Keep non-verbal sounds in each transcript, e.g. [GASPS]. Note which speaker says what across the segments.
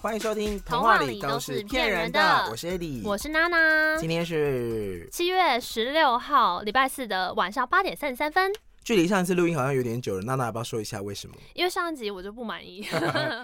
Speaker 1: 欢迎收听《
Speaker 2: 童话里都是骗人的
Speaker 1: 我是 AD，
Speaker 2: 我是娜娜。
Speaker 1: 今天是
Speaker 2: 七月十六号，礼拜四的晚上八点三十三分。
Speaker 1: 距离上一次录音好像有点久了，娜娜要不要说一下为什么？ [LAUGHS]
Speaker 2: 因为上一集我就不满意，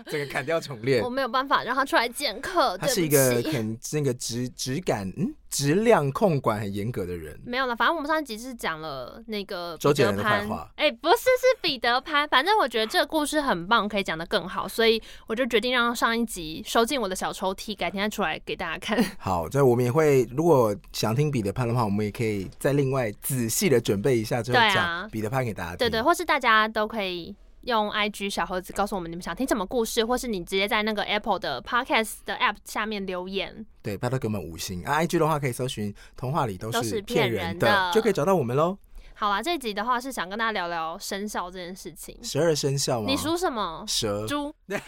Speaker 1: 这个砍掉重练
Speaker 2: [LAUGHS] 我没有办法让他出来见客，
Speaker 1: 他
Speaker 2: 对
Speaker 1: 是一
Speaker 2: 不
Speaker 1: 个
Speaker 2: 起。
Speaker 1: 很那个质质感嗯质量控管很严格的人。
Speaker 2: 没有了，反正我们上一集是讲了那个
Speaker 1: 周
Speaker 2: 彼
Speaker 1: 杰
Speaker 2: 得
Speaker 1: 伦的坏
Speaker 2: 潘
Speaker 1: 话，
Speaker 2: 哎、不是，是彼得潘。反正我觉得这个故事很棒，可以讲得更好，所以我就决定让上一集收进我的小抽屉，改天再出来给大家看。
Speaker 1: 好，这我们也会，如果想听彼得潘的话，我们也可以再另外仔细的准备一下之后
Speaker 2: 对啊
Speaker 1: 讲彼得潘给大家听。
Speaker 2: [LAUGHS] 对对，或是大家都可以用 IG 小盒子告诉我们你们想听什么故事，或是你直接在那个 Apple 的 Podcast 的 App 下面留言。
Speaker 1: 对，拜托给我们五星啊！IG 的话可以搜寻“童话里都
Speaker 2: 都
Speaker 1: 是
Speaker 2: 是
Speaker 1: 骗
Speaker 2: 骗
Speaker 1: 人
Speaker 2: 人
Speaker 1: 的”，
Speaker 2: 的
Speaker 1: 就可以找到我们喽。
Speaker 2: 好啦，这一集的话是想跟大家聊聊生肖这件事情。
Speaker 1: 十二生肖吗？
Speaker 2: 你属什么？
Speaker 1: 蛇， [LAUGHS]
Speaker 2: 猪。哎、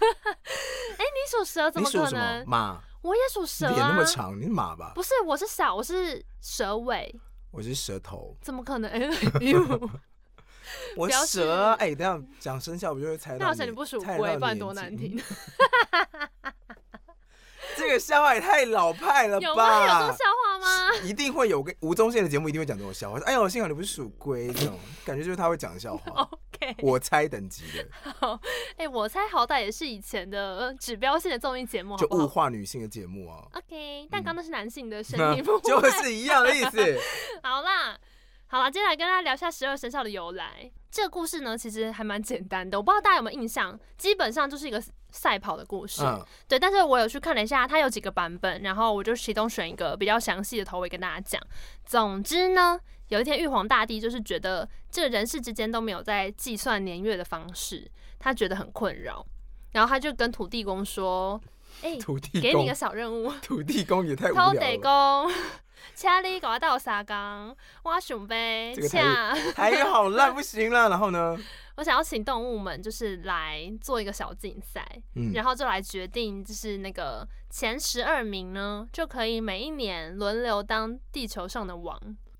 Speaker 2: 你属蛇怎
Speaker 1: 你
Speaker 2: 么
Speaker 1: 属
Speaker 2: 可
Speaker 1: 什么
Speaker 2: 能？
Speaker 1: 马？
Speaker 2: 我也属蛇
Speaker 1: 脸
Speaker 2: 啊。
Speaker 1: 那么长，你啊是马吧？
Speaker 2: 不是，我是小，我是蛇尾，
Speaker 1: 我是蛇头，
Speaker 2: 怎么
Speaker 1: [LAUGHS]
Speaker 2: 可能？ [LAUGHS] 哎呦
Speaker 1: 我
Speaker 2: 表示
Speaker 1: 蛇啊。哎，等一下讲生肖，我就会猜到。
Speaker 2: 那好像你不属
Speaker 1: 猜
Speaker 2: 龟，
Speaker 1: 到
Speaker 2: 不然
Speaker 1: 年
Speaker 2: 多
Speaker 1: 纪
Speaker 2: 难听
Speaker 1: 嗯。这个笑话也太老派了
Speaker 2: 有吗？有这
Speaker 1: 吧
Speaker 2: 种笑？话吗？ [LAUGHS]
Speaker 1: 一定会有个吴宗宪的节目一定会讲这种笑话。哎呦，幸好你不是属龟，这种感觉就是他会讲的笑话。
Speaker 2: [LAUGHS] OK，
Speaker 1: 我猜等级的，
Speaker 2: 哎、我猜好歹也是以前的呃指标性的综艺节目，好
Speaker 1: 就
Speaker 2: 不
Speaker 1: 物
Speaker 2: 好
Speaker 1: 化女性的节目啊。
Speaker 2: ？OK，但刚刚那是男性的声
Speaker 1: 那 [LAUGHS]
Speaker 2: 音，不会
Speaker 1: 就是一样的意思。
Speaker 2: [LAUGHS] 好啦，好啦，接下来跟大家聊一下十二生肖的由来。这个故事呢，其实还蛮简单的，我不知道大家有没有印象，基本上就是一个赛跑的故事。
Speaker 1: 嗯，
Speaker 2: 对， [LAUGHS] 但是我有去看了一下，它有几个版本，然后我就其中选一个比较详细的头尾跟大家讲。总之呢，有一天玉皇大帝就是觉得这个人世之间都没有在计算年月的方式，他觉得很困扰，然后他就跟土地公说：“哎、
Speaker 1: 土地
Speaker 2: 给你
Speaker 1: 公
Speaker 2: 个，小任务，
Speaker 1: [LAUGHS] 土地公也太无聊
Speaker 2: 偷地
Speaker 1: 了。
Speaker 2: 公。”请你给我到沙岗，我想呗
Speaker 1: 这个，
Speaker 2: 请
Speaker 1: 台语好烂，不行了。然后呢？
Speaker 2: 我想要请动物们就是来做一个小竞赛，
Speaker 1: 嗯，
Speaker 2: 然后就来决定，就是那个前十二名呢，就可以每一年轮流当地球上的王。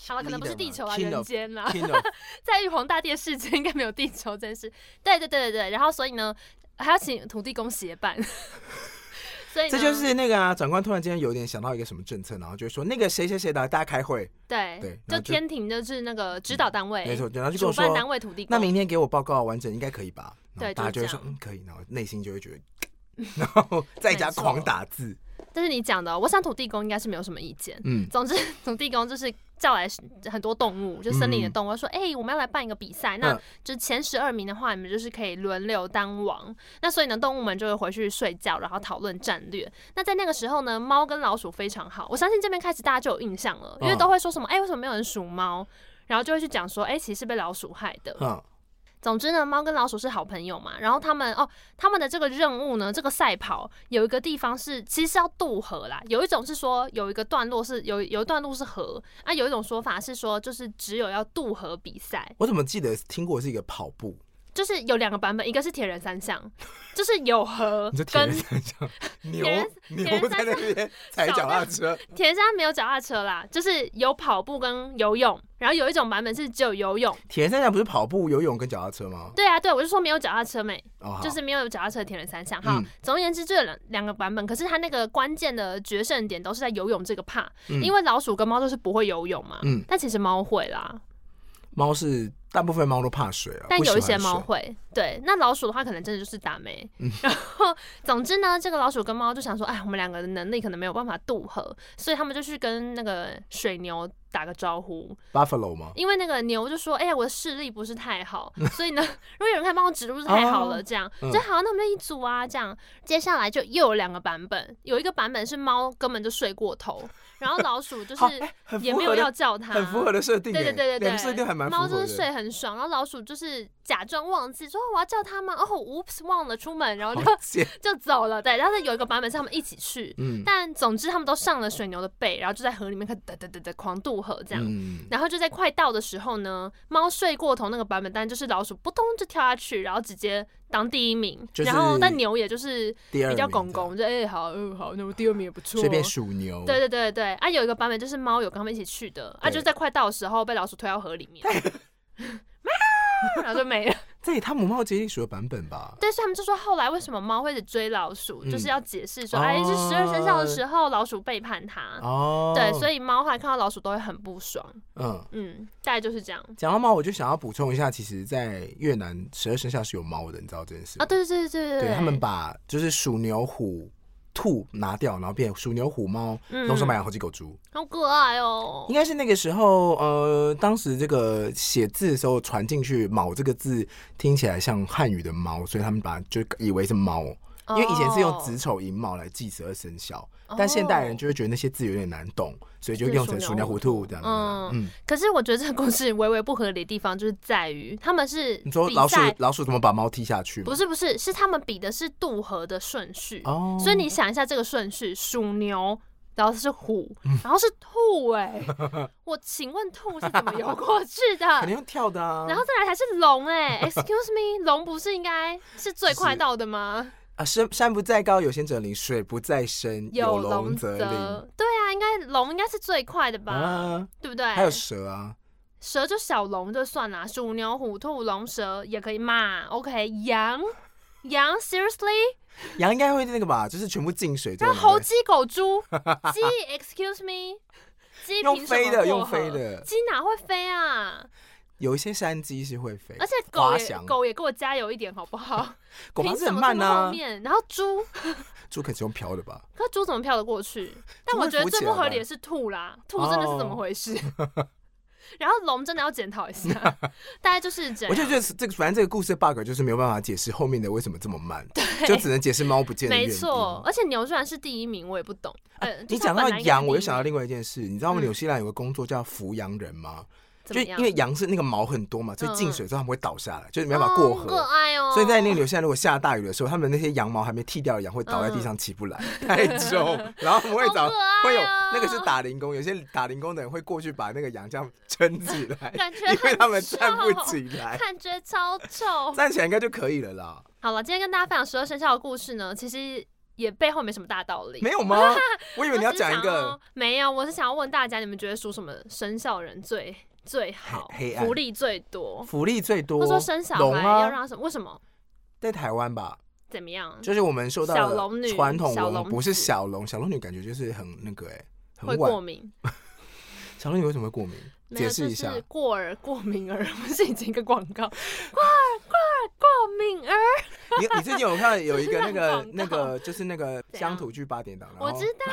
Speaker 2: 好了，可能不是地球啊， [LAUGHS]
Speaker 1: King
Speaker 2: 人
Speaker 1: of-
Speaker 2: 间啦，
Speaker 1: 听懂？
Speaker 2: 在玉皇大帝的世界应该没有地球这件事。对对对对对，然后所以呢，还要请土地公协办。 [LAUGHS] 所以呢
Speaker 1: 这就是那个啊，长官突然间有点想到一个什么政策，然后就说那个谁谁谁的，大家开会，
Speaker 2: 对
Speaker 1: 对然后就
Speaker 2: 就
Speaker 1: 嗯
Speaker 2: 天庭就是那个指导单位，
Speaker 1: 没错，然后就跟
Speaker 2: 主
Speaker 1: 我
Speaker 2: 办单
Speaker 1: 说，
Speaker 2: 位土地公。
Speaker 1: 那明天给我报告完整，应该可以吧？然后
Speaker 2: 对
Speaker 1: 大家就
Speaker 2: 就
Speaker 1: 会
Speaker 2: 是
Speaker 1: 说
Speaker 2: 这样
Speaker 1: 嗯可以，然后内心就会觉得，
Speaker 2: [LAUGHS]
Speaker 1: 然后在家
Speaker 2: 没错
Speaker 1: 狂打字，
Speaker 2: 这是你讲的哦，我想土地公应该是没有什么意见。
Speaker 1: 嗯，
Speaker 2: 总之， [LAUGHS] 土地公就是叫来很多动物，就森林的动物，说：“哎、我们要来办一个比赛，那
Speaker 1: 嗯
Speaker 2: 就前十二名的话，你们就是可以轮流当王。那所以呢，动物们就会回去睡觉，然后讨论战略。那在那个时候呢，猫跟老鼠非常好，我相信这边开始大家就有印象了，因为
Speaker 1: 嗯
Speaker 2: 都会说什么：哎、为什么没有人数猫？然后就会去讲说：哎、其实是被老鼠害的。
Speaker 1: 嗯，
Speaker 2: 总之呢，猫跟老鼠是好朋友嘛。然后他们哦，他们的这个任务呢，这个赛跑有一个地方是其实是要渡河啦。有一种是说有一个段落是有有一段路是河，啊，有一种说法是说就是只有要渡河比赛，
Speaker 1: 我怎么记得听过是一个跑步？
Speaker 2: 就是有两个版本，一个是铁人三项，就是有河
Speaker 1: [LAUGHS] 你这铁
Speaker 2: 呃跟
Speaker 1: 人三
Speaker 2: [LAUGHS]
Speaker 1: 项，牛
Speaker 2: 人铁
Speaker 1: 牛
Speaker 2: 人
Speaker 1: 在那
Speaker 2: [LAUGHS]
Speaker 1: 边踩
Speaker 2: 小
Speaker 1: 脚踏
Speaker 2: 料
Speaker 1: 车，
Speaker 2: 铁人三项没有脚踏车啦，就是有跑步跟游泳。然后有一种版本是只有游泳。
Speaker 1: 铁人三项不是跑步、游泳跟脚踏车吗？
Speaker 2: 对啊，对，我就说没有脚踏车没。
Speaker 1: 哦，好
Speaker 2: 就是没有脚踏车的铁人三项哈。
Speaker 1: 嗯
Speaker 2: 总而言之，这两两个版本，可是它那个关键的决胜点都是在游泳这个怕，
Speaker 1: 嗯
Speaker 2: 因为老鼠跟猫都是不会游泳嘛。
Speaker 1: 嗯
Speaker 2: 但其实猫会啦，
Speaker 1: 猫是大部分猫都怕水啊，
Speaker 2: 但
Speaker 1: 不喜
Speaker 2: 有一
Speaker 1: 欢
Speaker 2: 些猫
Speaker 1: 水
Speaker 2: 会。对，那老鼠的话，可能真的就是打没。
Speaker 1: 嗯
Speaker 2: [LAUGHS] 然后，总之呢，这个老鼠跟猫就想说，哎，我们两个的能力可能没有办法渡河，所以他们就去跟那个水牛打个招呼。
Speaker 1: buffalo 吗？
Speaker 2: 因为那个牛就说：“哎、呀，我的视力不是太好， [LAUGHS] 所以呢，如果有人可以帮我指路是太好了。”这样
Speaker 1: 嗯
Speaker 2: 就好，那我们就一组啊。这样，接下来就又有两个版本，有一个版本是猫根本就睡
Speaker 1: [LAUGHS]
Speaker 2: 过头，然后老鼠就
Speaker 1: 好，
Speaker 2: 是
Speaker 1: 哎很
Speaker 2: 也
Speaker 1: 符
Speaker 2: 没有
Speaker 1: 合的
Speaker 2: 要叫它，
Speaker 1: 很符合的设定哎，
Speaker 2: 啊对对对对
Speaker 1: 两个设定还
Speaker 2: 对，
Speaker 1: 蛮符
Speaker 2: 猫
Speaker 1: 合
Speaker 2: 就
Speaker 1: 的。
Speaker 2: 是睡很爽，然后老鼠就是假装忘记说我要叫他吗？哦，oops，忘了出门，然后就
Speaker 1: 好贱，
Speaker 2: [LAUGHS] 就走了。对，但是有一个版本是他们一起去，
Speaker 1: 哦嗯，
Speaker 2: 但总之他们都上了水牛的背，然后就在河里面开始哒哒哒哒狂渡河这样。
Speaker 1: 嗯，
Speaker 2: 然后就在快到的时候呢，猫睡过头那个版本，但就是老鼠扑通就跳下去，然后直接当第一名。
Speaker 1: 就是
Speaker 2: 然后但牛也就是
Speaker 1: 第二
Speaker 2: 比较
Speaker 1: 名
Speaker 2: 拱
Speaker 1: 这样，
Speaker 2: 拱，就哎、好，嗯好，那我第二名也不错。
Speaker 1: 随便数牛，
Speaker 2: 对对对对，啊，有一个版本就是猫有跟他们一起去的，啊，
Speaker 1: 对
Speaker 2: 就在快到的时候被老鼠推到河里
Speaker 1: [LAUGHS]
Speaker 2: 面，喵然后就没了。
Speaker 1: 这也他母猫接力鼠的版本吧？
Speaker 2: 对，所以他们就说后来为什么猫会一直追老鼠，
Speaker 1: 嗯
Speaker 2: 就是要解释说，哎、是十二生肖的时候老鼠背叛它。
Speaker 1: 哦，
Speaker 2: 对，所
Speaker 1: 以
Speaker 2: 以猫后来看到老鼠都会很不爽，
Speaker 1: 嗯。
Speaker 2: 嗯，大概就是这样
Speaker 1: 讲到猫，我就想要补充一下，其实，在越南十二生肖是有猫的，你知道这件事吗
Speaker 2: 啊，对对对对
Speaker 1: 对他们把就是鼠、牛、虎、兔拿掉，然后变鼠、牛、虎、猫，
Speaker 2: 嗯
Speaker 1: 同时买养猴鸡、狗、猪。
Speaker 2: 好可爱哦、
Speaker 1: 应该是那个时候，呃，当时这个写字的时候传进去“卯”这个字听起来像汉语的“猫”，所以他们把就以为是猫，因为以前是用
Speaker 2: 哦
Speaker 1: 子丑寅卯来记十二生肖，但现代人就会觉得那些字有点难懂，所以就用成
Speaker 2: 就是
Speaker 1: 鼠
Speaker 2: 鼠牛
Speaker 1: 牛虎兔这样。
Speaker 2: 嗯
Speaker 1: 嗯，
Speaker 2: 可是我觉得这个故事微微不合理的地方就是在于，他们是
Speaker 1: 你说
Speaker 2: 比
Speaker 1: 老鼠
Speaker 2: 赛
Speaker 1: 老鼠怎么把猫踢下去吗？
Speaker 2: 不是不是，是他们比的是渡河的顺序。
Speaker 1: 哦，
Speaker 2: 所以你想一下这个顺序，属牛，然后是虎，
Speaker 1: 嗯
Speaker 2: 然后是
Speaker 1: [LAUGHS]
Speaker 2: 兔、哎，我请问兔是怎么游过去的？
Speaker 1: 肯定用跳的啊。
Speaker 2: 然后再来才是龙、哎，Excuse me，龙不是应该是最快到的吗？
Speaker 1: 啊，山山不在高，有仙则灵；水不在深，有
Speaker 2: 龙
Speaker 1: 龙则灵。
Speaker 2: 对啊，应该龙应该是最快的吧，哎
Speaker 1: 啊，
Speaker 2: 对不对？
Speaker 1: 还有蛇啊，
Speaker 2: 蛇就小龙就算啦，鼠牛虎兔龙蛇也可以嘛，OK？羊羊 Seriously，
Speaker 1: 羊应该会那个吧，就是全部进水之
Speaker 2: 那
Speaker 1: 后。
Speaker 2: 猴、鸡狗
Speaker 1: [LAUGHS]
Speaker 2: 猪鸡 Excuse me，鸡
Speaker 1: 用
Speaker 2: 凭什么
Speaker 1: 飞的用
Speaker 2: 过河
Speaker 1: 飞的
Speaker 2: 鸡哪会飞啊？
Speaker 1: 有一些山鸡是会飞，
Speaker 2: 而且狗
Speaker 1: 滑
Speaker 2: 也
Speaker 1: 欸翔
Speaker 2: 狗也给我加油一点好不好？
Speaker 1: 狗
Speaker 2: 凭
Speaker 1: 房
Speaker 2: 什
Speaker 1: 子
Speaker 2: 么
Speaker 1: 很慢
Speaker 2: 这么
Speaker 1: 啊
Speaker 2: 后，面，然后猪，
Speaker 1: 猪可是用飘的吧？
Speaker 2: 可猪怎么飘得过去？但我觉得最不合理的是兔啦，兔真的是怎
Speaker 1: 哦
Speaker 2: 么
Speaker 1: [LAUGHS]
Speaker 2: 回事？然后龙真的要检讨一下，大概就是这
Speaker 1: 我就
Speaker 2: 样。
Speaker 1: 觉得这个，反正这个故事的 bug 就是没有办法解释后面的为什么这么慢，就只能解释猫不见的原
Speaker 2: 没
Speaker 1: 因。
Speaker 2: 错，而且牛虽然是第一名，我也不懂。呃，就
Speaker 1: 啊你
Speaker 2: 是它
Speaker 1: 讲
Speaker 2: 本
Speaker 1: 到
Speaker 2: 来应该是
Speaker 1: 羊，我
Speaker 2: 第
Speaker 1: 又
Speaker 2: 一
Speaker 1: 想到
Speaker 2: 名
Speaker 1: 另外一件事，你知道我们
Speaker 2: 嗯
Speaker 1: 纽西兰有个工作叫扶羊人吗？
Speaker 2: 怎
Speaker 1: 就
Speaker 2: 么
Speaker 1: 因
Speaker 2: 样
Speaker 1: 为羊是那个毛很多嘛，所以
Speaker 2: 嗯
Speaker 1: 进
Speaker 2: 嗯
Speaker 1: 水之后它们会倒下来，就是没办法过
Speaker 2: 哦
Speaker 1: 河。
Speaker 2: 很可爱哦。
Speaker 1: 所以在那个留下，如果下大雨的时候，他们那些羊毛还没剃掉的羊会倒在地上起不来，
Speaker 2: 嗯
Speaker 1: 太重。然后他们会找 [LAUGHS]
Speaker 2: 好可爱哦
Speaker 1: 会有那个是打零工，有些打零工的人会过去把那个羊这样撑起来，
Speaker 2: [LAUGHS] 感觉
Speaker 1: [LAUGHS] 因为他们
Speaker 2: 很
Speaker 1: 站不
Speaker 2: 丑 [LAUGHS]
Speaker 1: 起来，
Speaker 2: 看觉超臭。
Speaker 1: 站起来应该就可以了
Speaker 2: [LAUGHS]
Speaker 1: 啦。
Speaker 2: 好了，今天跟大家分享十二生肖的故事呢，其实也背后没什么大道理。
Speaker 1: 没有吗？我以为
Speaker 2: 我
Speaker 1: 你要
Speaker 2: 只是
Speaker 1: 讲一
Speaker 2: 想 [LAUGHS]
Speaker 1: 个
Speaker 2: 要，没有，我是想要问大家，你们觉得属什么生肖人最最好
Speaker 1: 黑黑，暗
Speaker 2: 福利最多？
Speaker 1: 福利最多
Speaker 2: 他说生小
Speaker 1: 龙
Speaker 2: 孩要
Speaker 1: 啊，
Speaker 2: 让他什么？为什么？
Speaker 1: 在台湾吧，
Speaker 2: 怎么样？
Speaker 1: 就是我们受到
Speaker 2: 小
Speaker 1: 了
Speaker 2: 龙女
Speaker 1: 传统
Speaker 2: 小
Speaker 1: 文化
Speaker 2: 龙
Speaker 1: 不是
Speaker 2: 子
Speaker 1: 小龙，小龙女感觉就是很那个哎，
Speaker 2: 会
Speaker 1: 很
Speaker 2: 过
Speaker 1: 晚。
Speaker 2: 敏？
Speaker 1: 小龙女为什么会过敏？
Speaker 2: 没有
Speaker 1: 解释一下
Speaker 2: 就是，过儿过敏 [LAUGHS] 儿，不是以前一个广
Speaker 1: [LAUGHS]
Speaker 2: 告，过儿过儿过敏儿。
Speaker 1: 你你最近有看到有一个那
Speaker 2: 这是
Speaker 1: 个
Speaker 2: [LAUGHS] 烂
Speaker 1: 那
Speaker 2: 广告
Speaker 1: 个就是那个
Speaker 2: 怎样
Speaker 1: 乡土剧八点档，然后
Speaker 2: 我知道，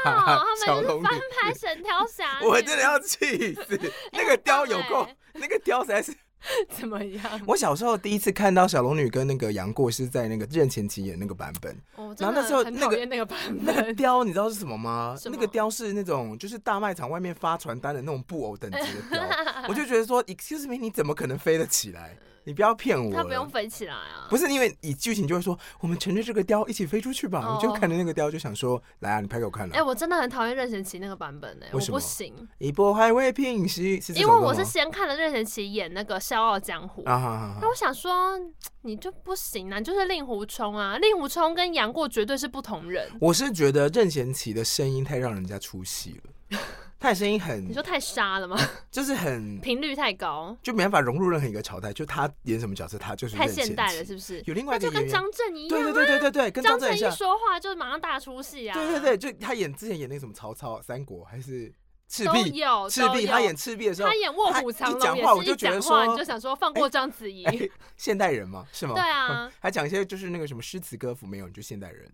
Speaker 1: 小
Speaker 2: 他们就
Speaker 1: 龙
Speaker 2: 是
Speaker 1: 女
Speaker 2: 翻，拍《
Speaker 1: [LAUGHS]
Speaker 2: 神雕侠侣》，
Speaker 1: 我真的要气死！
Speaker 2: 哎
Speaker 1: 那个雕
Speaker 2: 欸
Speaker 1: 有够，那个雕实在是……
Speaker 2: [LAUGHS] 怎么样？
Speaker 1: 我小时候第一次看到小龙女跟那个杨过是在那个任贤齐演那个版本，
Speaker 2: 我
Speaker 1: 然
Speaker 2: 真
Speaker 1: 后那
Speaker 2: 的
Speaker 1: 时候
Speaker 2: 很
Speaker 1: 那
Speaker 2: 讨
Speaker 1: 个
Speaker 2: 厌那个版
Speaker 1: 那个
Speaker 2: [LAUGHS] 本。
Speaker 1: 雕你知道是什么吗？
Speaker 2: 嗯什么
Speaker 1: 那个雕是那种就是大卖场外面发传单的那种布偶等级的
Speaker 2: [LAUGHS]
Speaker 1: 雕，我就觉得说，Excuse me，你怎么可能飞得起来？你不要骗我
Speaker 2: 它不用
Speaker 1: 了。
Speaker 2: 飞起来啊！
Speaker 1: 不是因为以剧情就会说，我们乘着这个雕一起飞出去吧。
Speaker 2: 哦
Speaker 1: 我就看着那个雕，就想说，来啊，你拍给我看了
Speaker 2: 哎、。我真的很讨厌任贤齐那个版本哎、我
Speaker 1: 为什么
Speaker 2: 不行，
Speaker 1: 一波还未平息，是这
Speaker 2: 因
Speaker 1: 首
Speaker 2: 为
Speaker 1: 歌
Speaker 2: 我是
Speaker 1: 吗
Speaker 2: 先看了任贤齐演那个《笑傲江湖》
Speaker 1: 啊，好好好
Speaker 2: 那我想说，你就不行啊，你就是令狐冲啊，令狐冲跟杨过绝对是不同人。
Speaker 1: 我是觉得任贤齐的声音太让人家出戏了，他的声音很
Speaker 2: 你说太杀了吗？ [LAUGHS]
Speaker 1: 就是很
Speaker 2: 频率太高，
Speaker 1: 就没办法融入任何一个朝代，就他演什么角色，他就是
Speaker 2: 太
Speaker 1: 任贤
Speaker 2: 现代了，
Speaker 1: 齐
Speaker 2: 是不是？
Speaker 1: 有另外
Speaker 2: 那
Speaker 1: 一个演
Speaker 2: 就跟
Speaker 1: 员，
Speaker 2: 张震一
Speaker 1: 对
Speaker 2: 样
Speaker 1: 对
Speaker 2: 啊，
Speaker 1: 对对对对，跟张
Speaker 2: 震
Speaker 1: 震一下
Speaker 2: 一，说话就马上大出戏啊！
Speaker 1: 对对对，就他演之前演那个什么曹操、三国还是赤
Speaker 2: 都
Speaker 1: 壁，
Speaker 2: 有
Speaker 1: 赤
Speaker 2: 都
Speaker 1: 壁
Speaker 2: 有
Speaker 1: 他演赤壁的时候
Speaker 2: 他，演卧虎藏
Speaker 1: 他
Speaker 2: 龙
Speaker 1: 一讲话
Speaker 2: 也
Speaker 1: 我
Speaker 2: 是一
Speaker 1: 就觉
Speaker 2: 讲
Speaker 1: 得
Speaker 2: 话
Speaker 1: 说
Speaker 2: 你就想说放过章子怡，
Speaker 1: 哎哦现代人嘛是吗？
Speaker 2: 对啊，
Speaker 1: 还讲一些就是那个什么诗词歌赋没有，你就现代
Speaker 2: [LAUGHS]
Speaker 1: 人。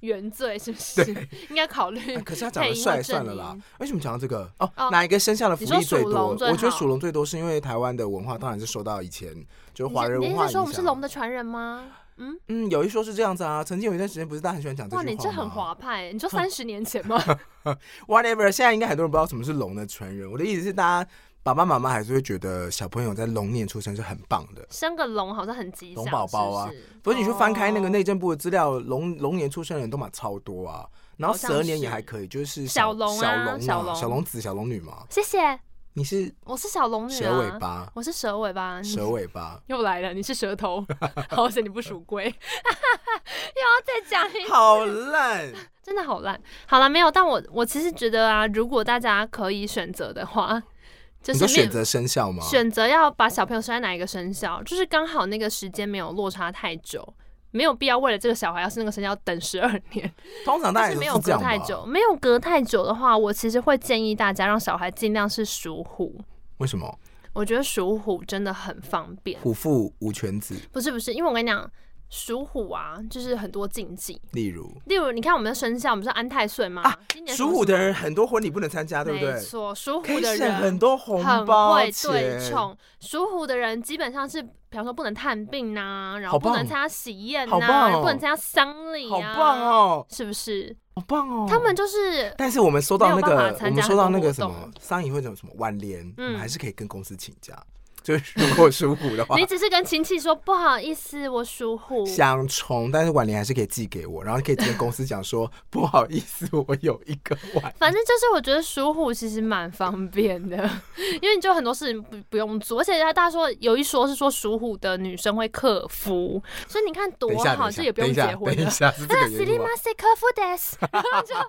Speaker 2: 原罪是不是？应该考虑
Speaker 1: 哎可是他长得
Speaker 2: 配音或
Speaker 1: 帅，
Speaker 2: 阵
Speaker 1: 算了啦
Speaker 2: 营。
Speaker 1: 为什么讲到这个？哦，
Speaker 2: 哦
Speaker 1: 哪一个生肖的福
Speaker 2: 你说
Speaker 1: 利最
Speaker 2: 属
Speaker 1: 多？
Speaker 2: 龙最
Speaker 1: 我觉得
Speaker 2: 好
Speaker 1: 属龙最多是因为台湾的文化当然是受到以前就是
Speaker 2: 你
Speaker 1: 华
Speaker 2: 是
Speaker 1: 人
Speaker 2: 你
Speaker 1: 文
Speaker 2: 是
Speaker 1: 化影
Speaker 2: 说我们是龙
Speaker 1: 响。啊
Speaker 2: 的传人吗？嗯
Speaker 1: 嗯，有一说是这样子啊。曾经有一段时间，不是大家很喜欢讲这句
Speaker 2: 哇，
Speaker 1: 话
Speaker 2: 你这很啊
Speaker 1: 吗
Speaker 2: 滑派、欸你说三十年前
Speaker 1: [LAUGHS]
Speaker 2: 吗？
Speaker 1: whatever，现在应该很多人不知道什么是龙的传人。我的意思是，大家爸爸妈妈还是会觉得小朋友在龙年出生是很棒的。
Speaker 2: 生个龙好像很吉祥，
Speaker 1: 龙宝宝啊
Speaker 2: 是不是
Speaker 1: 不是你去翻开那个
Speaker 2: 哦
Speaker 1: 内政部的资料，龙龙年出生的人都嘛超多啊，然后
Speaker 2: 好像
Speaker 1: 蛇年也
Speaker 2: 是
Speaker 1: 还可以，就是
Speaker 2: 小龙
Speaker 1: 小
Speaker 2: 啊
Speaker 1: 龙、
Speaker 2: 小龙
Speaker 1: 小龙子、小龙女嘛。
Speaker 2: 谢谢，
Speaker 1: 你是
Speaker 2: 我是小龙女、啊，
Speaker 1: 蛇尾，巴，
Speaker 2: 我是蛇尾巴，你
Speaker 1: 蛇尾巴。
Speaker 2: 又来了，你是
Speaker 1: [LAUGHS]
Speaker 2: 舌头，好险你不属龟，又 [LAUGHS] 要再讲一次，
Speaker 1: 好
Speaker 2: [LAUGHS]
Speaker 1: 烂，
Speaker 2: 真的好烂。好了，没有，但我我其实觉得啊，如果大家可以选择
Speaker 1: [LAUGHS]
Speaker 2: 的话，就
Speaker 1: 你说
Speaker 2: 是没
Speaker 1: 选
Speaker 2: 有
Speaker 1: 择生肖吗？
Speaker 2: 选择要把小朋友生在哪一个生肖，就是刚好那个时间没有落差太久。没有必要为了这个小孩要是那个生肖等十二年，
Speaker 1: 通 [LAUGHS] 常大
Speaker 2: 但
Speaker 1: 家也
Speaker 2: 是
Speaker 1: 都
Speaker 2: 没有
Speaker 1: 这
Speaker 2: 隔
Speaker 1: 样
Speaker 2: 太
Speaker 1: 吧？
Speaker 2: 久，没有隔太久的话，我其实会建议大家让小孩尽量是属虎，
Speaker 1: 为什么
Speaker 2: 我觉得属虎真的很方便。
Speaker 1: 虎父无犬子？
Speaker 2: 不是不是，因为我跟你讲，属虎啊，就是很多禁忌。
Speaker 1: 例如，
Speaker 2: 例如，你看我们的生肖，我们是安太岁嘛，
Speaker 1: 啊
Speaker 2: 今年什么
Speaker 1: 属虎的人很多婚礼不能参加，啊对不
Speaker 2: 没
Speaker 1: 对？
Speaker 2: 错，属
Speaker 1: 可
Speaker 2: 虎
Speaker 1: 以
Speaker 2: 的
Speaker 1: 省
Speaker 2: 人
Speaker 1: 很多红
Speaker 2: 很
Speaker 1: 包
Speaker 2: 会
Speaker 1: 钱。
Speaker 2: 对冲。属虎的人基本上是，比方说不能探病呐、然后
Speaker 1: 好
Speaker 2: 不能
Speaker 1: 棒
Speaker 2: 参加喜宴呐、
Speaker 1: 好棒哦
Speaker 2: 不能参加丧礼、啊，
Speaker 1: 好棒！哦，
Speaker 2: 是不是？
Speaker 1: 好棒哦！
Speaker 2: 他们就是
Speaker 1: 但是我们收到那
Speaker 2: 没有办
Speaker 1: 个
Speaker 2: 法，
Speaker 1: 我
Speaker 2: 参加
Speaker 1: 们收到那个什
Speaker 2: 很多
Speaker 1: 么
Speaker 2: 活
Speaker 1: 商议会什么挽联，我
Speaker 2: 嗯
Speaker 1: 们还是可以跟公司请假。 [LAUGHS] 就是如果属虎的话
Speaker 2: 你，只是跟亲戚说不好意思，我属虎，
Speaker 1: 哦 [LAUGHS] 想冲，但是挽联还是可以寄给我，然后可以跟公司讲说不好意思，我有一个
Speaker 2: [LAUGHS]
Speaker 1: 挽。
Speaker 2: 反正就是我觉得属虎其实蛮方便的， [LAUGHS] 因为你就很多事情不不用做，而且大家说有一说是说属虎的女生会克夫，所以你看多
Speaker 1: 等一下，等
Speaker 2: 好，
Speaker 1: 一下
Speaker 2: 这也不
Speaker 1: 等
Speaker 2: 用
Speaker 1: 一
Speaker 2: 结
Speaker 1: 下，
Speaker 2: 婚
Speaker 1: 等一
Speaker 2: 了。
Speaker 1: 下
Speaker 2: [LAUGHS]
Speaker 1: 是这个
Speaker 2: 那啊死
Speaker 1: 原
Speaker 2: 里
Speaker 1: 因吗
Speaker 2: 马？塞克夫的斯，然后 [LAUGHS] 就啊，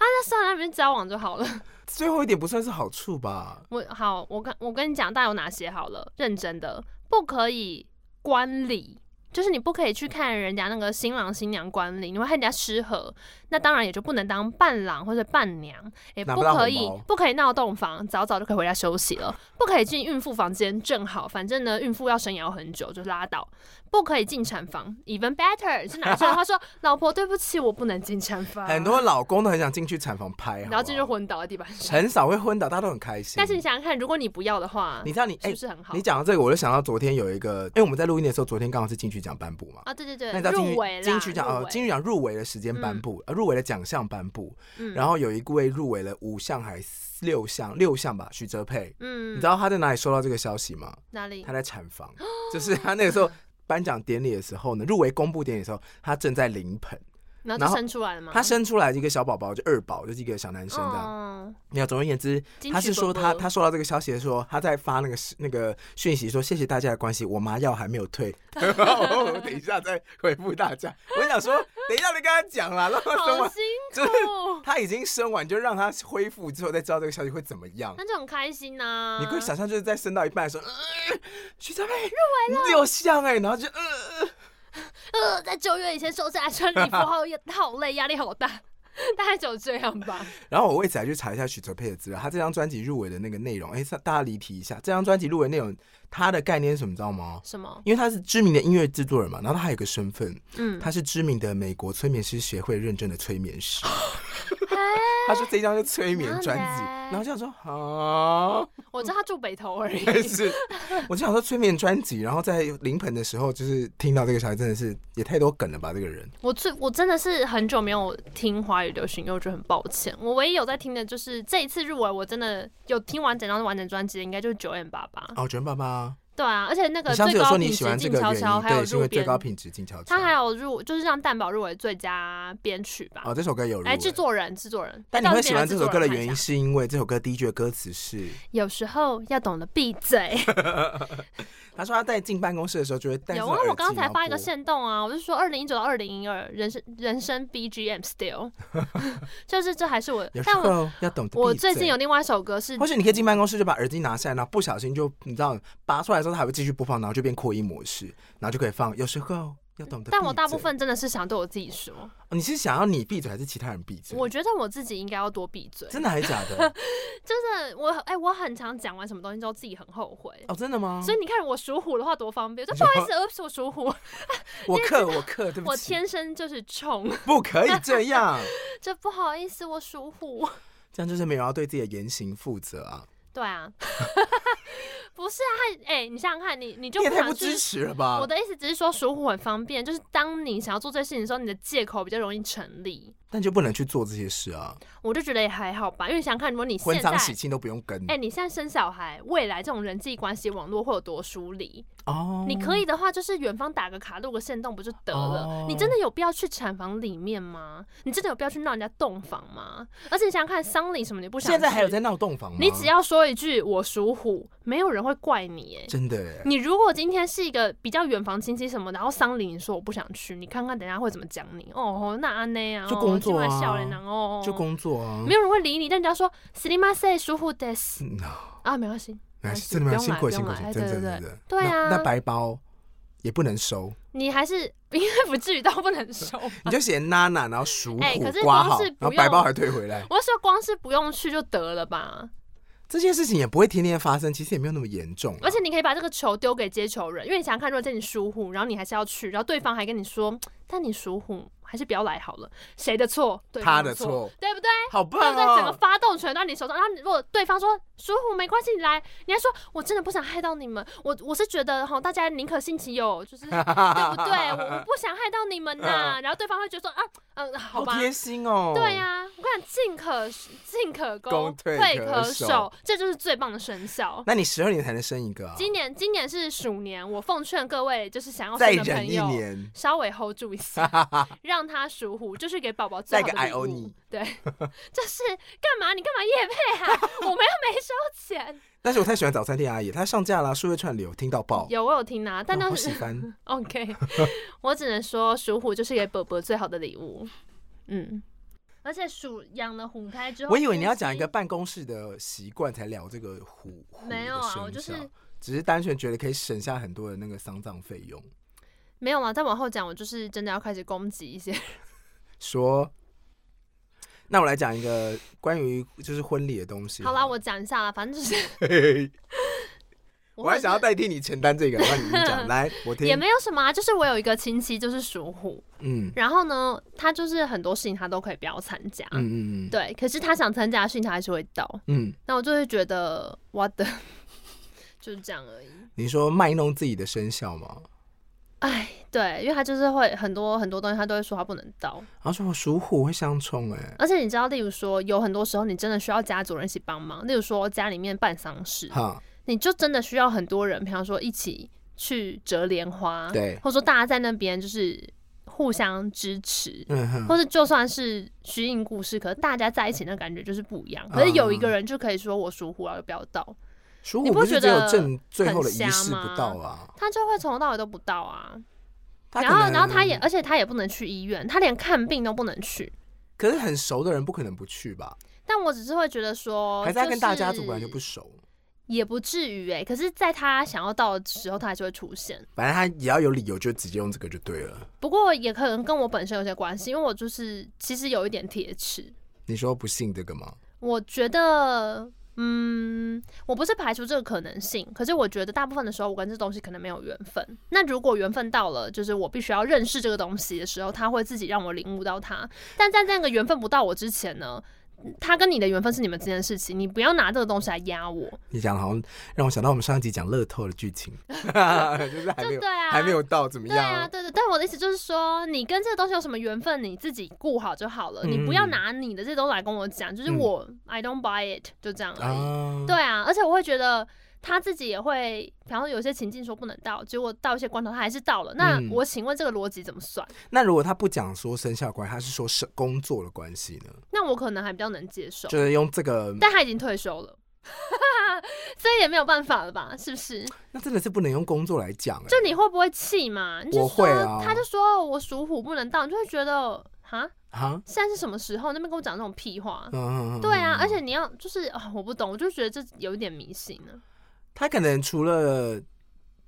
Speaker 2: 那算了，那边交往就好了。
Speaker 1: 最后一点不算是好处吧？
Speaker 2: 我好，我跟我跟你讲，大概有哪些好了，认真的，不可以观礼。就是你不可以去看人家那个新郎新娘观礼，你会和人家失和，那当然也就不能当伴郎或者伴娘，也
Speaker 1: 拿
Speaker 2: 不
Speaker 1: 不到
Speaker 2: 可
Speaker 1: 红
Speaker 2: 以
Speaker 1: 包
Speaker 2: 不可以闹洞房，早早就可以回家休息了，不可以进孕妇房间，正好反正呢孕妇要神摇很久就拉倒，不可以进产房，even better 是
Speaker 1: [LAUGHS]
Speaker 2: 男生的话说老婆对不起我不能进产房，
Speaker 1: 很多老公都很想进去产房拍，
Speaker 2: 啊然后进去
Speaker 1: 好不好
Speaker 2: 昏倒在地板上，
Speaker 1: 很少会昏倒，大家都很开心。
Speaker 2: 但是你想想看，如果你不要的话，
Speaker 1: 你知道你
Speaker 2: 是
Speaker 1: 哎
Speaker 2: 不，是很好？
Speaker 1: 你讲到这个，我就想到昨天有一个，哎因为我们在录音的时候，昨天刚好是金曲奖颁布嘛，
Speaker 2: 啊，对对
Speaker 1: 那你知，
Speaker 2: 对
Speaker 1: 道
Speaker 2: 入
Speaker 1: 金
Speaker 2: 围
Speaker 1: 曲
Speaker 2: 啦，
Speaker 1: 金曲奖
Speaker 2: 入
Speaker 1: 呃
Speaker 2: 围
Speaker 1: 金曲奖入围的时间颁
Speaker 2: 嗯
Speaker 1: 布，呃入围的奖项颁布，
Speaker 2: 嗯
Speaker 1: 然后有一位入围了五项还是六项六项吧，许哲佩，
Speaker 2: 嗯，
Speaker 1: 你知道他在哪里收到这个消息吗？
Speaker 2: 哪里
Speaker 1: 他？在产
Speaker 2: [GASPS]
Speaker 1: 房，就是他那个时候颁奖典礼的时候呢，入围公布典礼的时候，他正在临盆，
Speaker 2: 然
Speaker 1: 然
Speaker 2: 后就
Speaker 1: 后
Speaker 2: 生出来了吗？
Speaker 1: 他生出来一个小宝宝，就二宝，就是一个小男生啊这样。
Speaker 2: 哦，
Speaker 1: 没有，总而言之，
Speaker 2: 金
Speaker 1: 他
Speaker 2: 曲
Speaker 1: 是说
Speaker 2: 伯
Speaker 1: 他
Speaker 2: 伯
Speaker 1: 他收到这个消息的时候，他在发那个那个讯息说谢谢大家的关心，我妈药还没有退， [LAUGHS] 我等一下再回复大家。我想说，等一下再跟他讲啦，让 [LAUGHS] 他生
Speaker 2: 好
Speaker 1: 完，
Speaker 2: 辛
Speaker 1: 就是
Speaker 2: 苦，
Speaker 1: 他已经生完就让他恢复之后再知道这个消息会怎么样。
Speaker 2: 那就很开心呐。
Speaker 1: 你可以想象，就是在生到一半的时候，呃徐小妹入围了六项哎，然后就呃呃，
Speaker 2: 呃，在九月以前瘦下来穿礼服，好也好累，压力好大， [LAUGHS] 大概只有这样吧。
Speaker 1: 然后我为此还去查一下许哲佩的资料，他这张专辑入围的那个内容，哎，大家离题一下，这张专辑入围内容它的概念是什么，你知道吗？
Speaker 2: 什么？
Speaker 1: 因为他是知名的音乐制作人嘛，然后他还有一个身份，
Speaker 2: 嗯，
Speaker 1: 他是知名的美国催眠师协会认证的催眠
Speaker 2: [LAUGHS]
Speaker 1: 师。
Speaker 2: 嘿
Speaker 1: 他说这一张是催眠专辑，
Speaker 2: 然后
Speaker 1: 然后就
Speaker 2: 嘞
Speaker 1: 想说啊，
Speaker 2: 我知道他住北头而已。
Speaker 1: 是，
Speaker 2: [LAUGHS]
Speaker 1: 我就想说催眠专辑，然后在临盆的时候，就是听到这个小孩真的是也太多梗了吧，这个人。
Speaker 2: 我最我真的是很久没有听华语流行乐，我觉得很抱歉。我唯一有在听的就是这一次入围，我真的有听完整张完整专辑的，应该就是九 M 八八。
Speaker 1: 哦，卷爸爸，
Speaker 2: 对啊，而且那个
Speaker 1: 你上
Speaker 2: 最
Speaker 1: 次有
Speaker 2: 高
Speaker 1: 说
Speaker 2: 品
Speaker 1: 你
Speaker 2: 质
Speaker 1: 喜欢这
Speaker 2: 静
Speaker 1: 个
Speaker 2: 悄
Speaker 1: 原
Speaker 2: 悄，
Speaker 1: 因，
Speaker 2: 还有
Speaker 1: 对，是因
Speaker 2: 入
Speaker 1: 为最
Speaker 2: 编
Speaker 1: 高品质静悄悄。
Speaker 2: 他还有入，就是让蛋宝入围最佳编曲吧。
Speaker 1: 哦，这首歌有入
Speaker 2: 哎，制
Speaker 1: 围。
Speaker 2: 作人，制作人。哎
Speaker 1: 但你会喜欢这首歌的原因，
Speaker 2: 是，
Speaker 1: 是因为这首歌第一句的歌词是，
Speaker 2: 有时候要懂得闭
Speaker 1: [LAUGHS]
Speaker 2: 嘴。
Speaker 1: 他说他在进办公室的时候就会戴
Speaker 2: 有
Speaker 1: 上
Speaker 2: 啊
Speaker 1: 耳，机
Speaker 2: 我刚才发一个
Speaker 1: 然后播
Speaker 2: 线动啊，我就说二零一九到二零一二，人生人生 BGM still，就是这还是我
Speaker 1: 有，时
Speaker 2: 但我
Speaker 1: 候要懂得
Speaker 2: 我
Speaker 1: 闭
Speaker 2: 最近
Speaker 1: 嘴
Speaker 2: 有另外一首歌是
Speaker 1: 或。许你可以进办公室就把耳机拿下来，然后不小心就你知道拔出来的时候，它还会继续播放，然后就变扩音模式，然后就可以放。有时候要懂得闭嘴。
Speaker 2: 但我大部分真的是想对我自己说，
Speaker 1: 哦你是想要你闭嘴还是其他人闭嘴？
Speaker 2: 我觉得我自己应该要多闭嘴。
Speaker 1: 真的还是假
Speaker 2: [LAUGHS]
Speaker 1: 的？
Speaker 2: 真的，我哎、我很常讲完什么东西之后自己很后悔，
Speaker 1: 哦，真的吗？
Speaker 2: 所以你看我属虎的话多方便，我
Speaker 1: 你
Speaker 2: 就不
Speaker 1: 说
Speaker 2: 好意思，oops，我属哦虎，
Speaker 1: 我克我克， [LAUGHS] 对不
Speaker 2: 我
Speaker 1: 起，
Speaker 2: 天生就是冲。
Speaker 1: 不可以
Speaker 2: [LAUGHS]
Speaker 1: 这样，
Speaker 2: 这不好意思，我属虎。 [LAUGHS]
Speaker 1: 这样就是没有要对自己的言行负责啊。
Speaker 2: 对啊， [LAUGHS] 不是啊，他哎、你想想看，你你就
Speaker 1: 你也太不
Speaker 2: 想去
Speaker 1: 支持了吧
Speaker 2: 我？的意思只是说，属虎很方便，就是当你想要做这些事情的时候，你的借口比较容易成立。
Speaker 1: 但就不能去做这些事啊，
Speaker 2: 我就觉得也还好吧，因为想想看，如果你
Speaker 1: 婚
Speaker 2: 现在，
Speaker 1: 丧喜庆都不用跟
Speaker 2: 哎、你现在生小孩，未来这种人际关系网络会有多疏离？
Speaker 1: 哦。
Speaker 2: 你可以的话，就是远方打个卡，录个线动不就得了？
Speaker 1: 哦
Speaker 2: 你真的有必要去产房里面吗？你真的有必要去闹人家洞房吗？而且你想想看，丧礼什么你不想去，
Speaker 1: 现在还有在闹洞房吗？
Speaker 2: 你只要说一句“我属虎”，没有人会怪你、哎，
Speaker 1: 真的耶
Speaker 2: 你如果今天是一个比较远房亲戚什么，然后丧礼你说我不想去，你看看等一下会怎么讲你哦吼，那安内啊，
Speaker 1: 就工作啊
Speaker 2: 笑脸然后
Speaker 1: 就工作啊，
Speaker 2: 哦没有人会理你，但人家说死你妈塞疏忽 des
Speaker 1: 嗯
Speaker 2: 啊，没关系，
Speaker 1: 哎，
Speaker 2: 关系
Speaker 1: 真的蛮
Speaker 2: 不用
Speaker 1: 辛
Speaker 2: 来
Speaker 1: 苦的，
Speaker 2: 不
Speaker 1: 辛
Speaker 2: 用
Speaker 1: 苦的，
Speaker 2: 来
Speaker 1: 真的
Speaker 2: 对
Speaker 1: 真
Speaker 2: 对
Speaker 1: 的真
Speaker 2: 对
Speaker 1: 的。
Speaker 2: 对啊
Speaker 1: 那那白包也不能收，
Speaker 2: 你还是应该不至于到不能收吧。
Speaker 1: 你就写娜娜，然后属
Speaker 2: 哦哎可
Speaker 1: 虎
Speaker 2: 是
Speaker 1: 挂
Speaker 2: 光
Speaker 1: 号
Speaker 2: 是，
Speaker 1: 然后
Speaker 2: 不
Speaker 1: 白包
Speaker 2: 用
Speaker 1: 还退回来。
Speaker 2: 我是说，光是不用去就得了吧，
Speaker 1: 这件事情也不会天天发生，其实也没有那么严重啊。
Speaker 2: 而且你可以把这个球丢给接球人，因为你想想看，如果在你疏忽，然后你还是要去，然后对方还跟你说，但你疏忽还是不要来好了，谁的错？对
Speaker 1: 他
Speaker 2: 方
Speaker 1: 的
Speaker 2: 错，
Speaker 1: 错，
Speaker 2: 对不对？
Speaker 1: 好
Speaker 2: 对
Speaker 1: 棒
Speaker 2: 不对？整个
Speaker 1: 哦！
Speaker 2: 发动权到你手上。然后如果对方说疏忽没关系，你来，你还说我真的不想害到你们，我我是觉得哈，大家宁可信其有，就是对不对？我我不想害到你们
Speaker 1: [LAUGHS]
Speaker 2: 呐、然后对方会觉得说啊，嗯、好
Speaker 1: 好
Speaker 2: 吧。
Speaker 1: 贴心哦。
Speaker 2: 对啊呀、我看进可进可攻，
Speaker 1: 攻退
Speaker 2: 退
Speaker 1: 可
Speaker 2: 可
Speaker 1: 守
Speaker 2: 守，这就是最棒的生肖。
Speaker 1: 那你十二年才能生一个啊，
Speaker 2: 今年今年是鼠年，我奉劝各位就是想要
Speaker 1: 再
Speaker 2: 生的
Speaker 1: 忍
Speaker 2: 朋
Speaker 1: 一
Speaker 2: 友，
Speaker 1: 年，
Speaker 2: 稍微 hold 住一
Speaker 1: [LAUGHS]
Speaker 2: 下，让他属虎，就是给宝宝最好的
Speaker 1: 再一个 I
Speaker 2: 礼
Speaker 1: owe
Speaker 2: 物
Speaker 1: 你。
Speaker 2: 对， [LAUGHS] 就是干嘛？你干嘛夜配啊？我们又没收钱。
Speaker 1: [LAUGHS] 但是我太喜欢早餐店阿姨，她上架了数位串流，听到爆，
Speaker 2: 有我有听啊，但
Speaker 1: 我
Speaker 2: 那
Speaker 1: 好
Speaker 2: 是
Speaker 1: 喜
Speaker 2: [LAUGHS]
Speaker 1: 欢。
Speaker 2: OK。我只能说，属虎就是给宝宝最好的礼物。嗯，而且属养了虎胎之后，
Speaker 1: 我以为你要
Speaker 2: 夫妻
Speaker 1: 讲一个办公室的习惯才聊这个虎虎的
Speaker 2: 没有啊我
Speaker 1: 生
Speaker 2: 就是
Speaker 1: 肖只是单纯觉得可以省下很多的那个丧葬费用。
Speaker 2: 没有啊。再往后讲，我就是真的要开始攻击一些。
Speaker 1: 说，那我来讲一个关于就是啊婚礼的东
Speaker 2: [LAUGHS]
Speaker 1: 西。
Speaker 2: 好啦，我讲一下啦，反正就是
Speaker 1: 嘿 [LAUGHS]
Speaker 2: 我
Speaker 1: 我还
Speaker 2: 会
Speaker 1: 想要代替你承担这
Speaker 2: [LAUGHS]
Speaker 1: 个，那你你讲来，我听。
Speaker 2: 也没有什么啊，就是我有一个亲戚就是属虎，
Speaker 1: 嗯
Speaker 2: 然后呢，他就是很多事情他都可以不要参加，
Speaker 1: 嗯嗯嗯，
Speaker 2: 啊对，可是他想参加的事情他还是会到，
Speaker 1: 嗯，
Speaker 2: 那我就会觉得 what the，就是这样而已。
Speaker 1: 你说卖弄自己的生肖吗？
Speaker 2: 哎，对，因为他就是会很多很多东西，他都会说他不能到，
Speaker 1: 然啊后说我属虎会相冲，哎，
Speaker 2: 而且你知道，例如说有很多时候你真的需要家族人一起帮忙，例如说家里面办丧事，
Speaker 1: 哈，
Speaker 2: 你就真的需要很多人，比方说一起去折莲花，
Speaker 1: 对
Speaker 2: 或者说大家在那边就是互相支持，
Speaker 1: 嗯哼，
Speaker 2: 或是就算是虚应故事，可是大家在一起那感觉就是不一样。
Speaker 1: 啊
Speaker 2: 可是有一个人就可以说我属虎啊，就不要到，
Speaker 1: 属
Speaker 2: 你
Speaker 1: 虎
Speaker 2: 不
Speaker 1: 不是
Speaker 2: 觉
Speaker 1: 只有
Speaker 2: 得
Speaker 1: 正最后的
Speaker 2: 很瞎
Speaker 1: 仪式不
Speaker 2: 吗
Speaker 1: 到啊？
Speaker 2: 他就会从头到尾都不到啊。
Speaker 1: 他
Speaker 2: 然
Speaker 1: 可
Speaker 2: 后，然后他
Speaker 1: 能嗯
Speaker 2: 也，，而且他也不能去医院，他连看病都不能去。
Speaker 1: 可是很熟的人不可能不去吧？
Speaker 2: 但我只是会觉得说，
Speaker 1: 还是他跟大
Speaker 2: 哦是
Speaker 1: 家族本来就不熟，
Speaker 2: 也不至于哎、可是，在他想要到的时候，他还是会出现。
Speaker 1: 反正他也要有理由，就直接用这个就对了。
Speaker 2: 不过也可能跟我本身有些关系，因为我就是其实有一点铁齿，
Speaker 1: 你说不信这个吗？
Speaker 2: 我觉得，嗯，我不是排除这个可能性，可是我觉得大部分的时候，我跟这东西可能没有缘分。那如果缘分到了，就是我必须要认识这个东西的时候，它会自己让我领悟到它。但在那个缘分不到我之前呢，它跟你的缘分是你们之间的事情，你不要拿这个东西来压我。
Speaker 1: 你讲的好像让我想到我们上一集讲乐透的剧
Speaker 2: [LAUGHS]
Speaker 1: 情，就是还没
Speaker 2: 就
Speaker 1: 有、
Speaker 2: 对啊，
Speaker 1: 还没有到怎么
Speaker 2: 对
Speaker 1: 样、
Speaker 2: 啊，对对，但我的意思就是说，你跟这个东西有什么缘分，你自己顾好就好了，你不要
Speaker 1: 嗯
Speaker 2: 拿你的这东西来跟我讲，就是
Speaker 1: 嗯
Speaker 2: 我、I don't buy it，就这样而已。
Speaker 1: 啊
Speaker 2: 对啊，而且我会觉得他自己也会，比方说有些情境说不能到，结果到一些关头他还是到了。那
Speaker 1: 嗯
Speaker 2: 我请问这个逻辑怎么算？
Speaker 1: 那如果他不讲说生肖关系，他是说是工作的关系呢？
Speaker 2: 那我可能还比较能接受，
Speaker 1: 就是用这个，
Speaker 2: 但他已经退休了。所以也没有办法了吧？是不是？
Speaker 1: 那真的是不能用工作来讲、欸。
Speaker 2: 就你会不会气嘛？你就
Speaker 1: 我
Speaker 2: 说，
Speaker 1: 会啊
Speaker 2: 他就说我属虎不能到，你就会觉得啊，
Speaker 1: 啊，
Speaker 2: 现在是什么时候？那边跟我讲这种屁话。
Speaker 1: 嗯嗯，嗯
Speaker 2: 对啊，
Speaker 1: 嗯
Speaker 2: 而且你要就是啊、我不懂，我就觉得这有一点迷信啊了。
Speaker 1: 他可能除了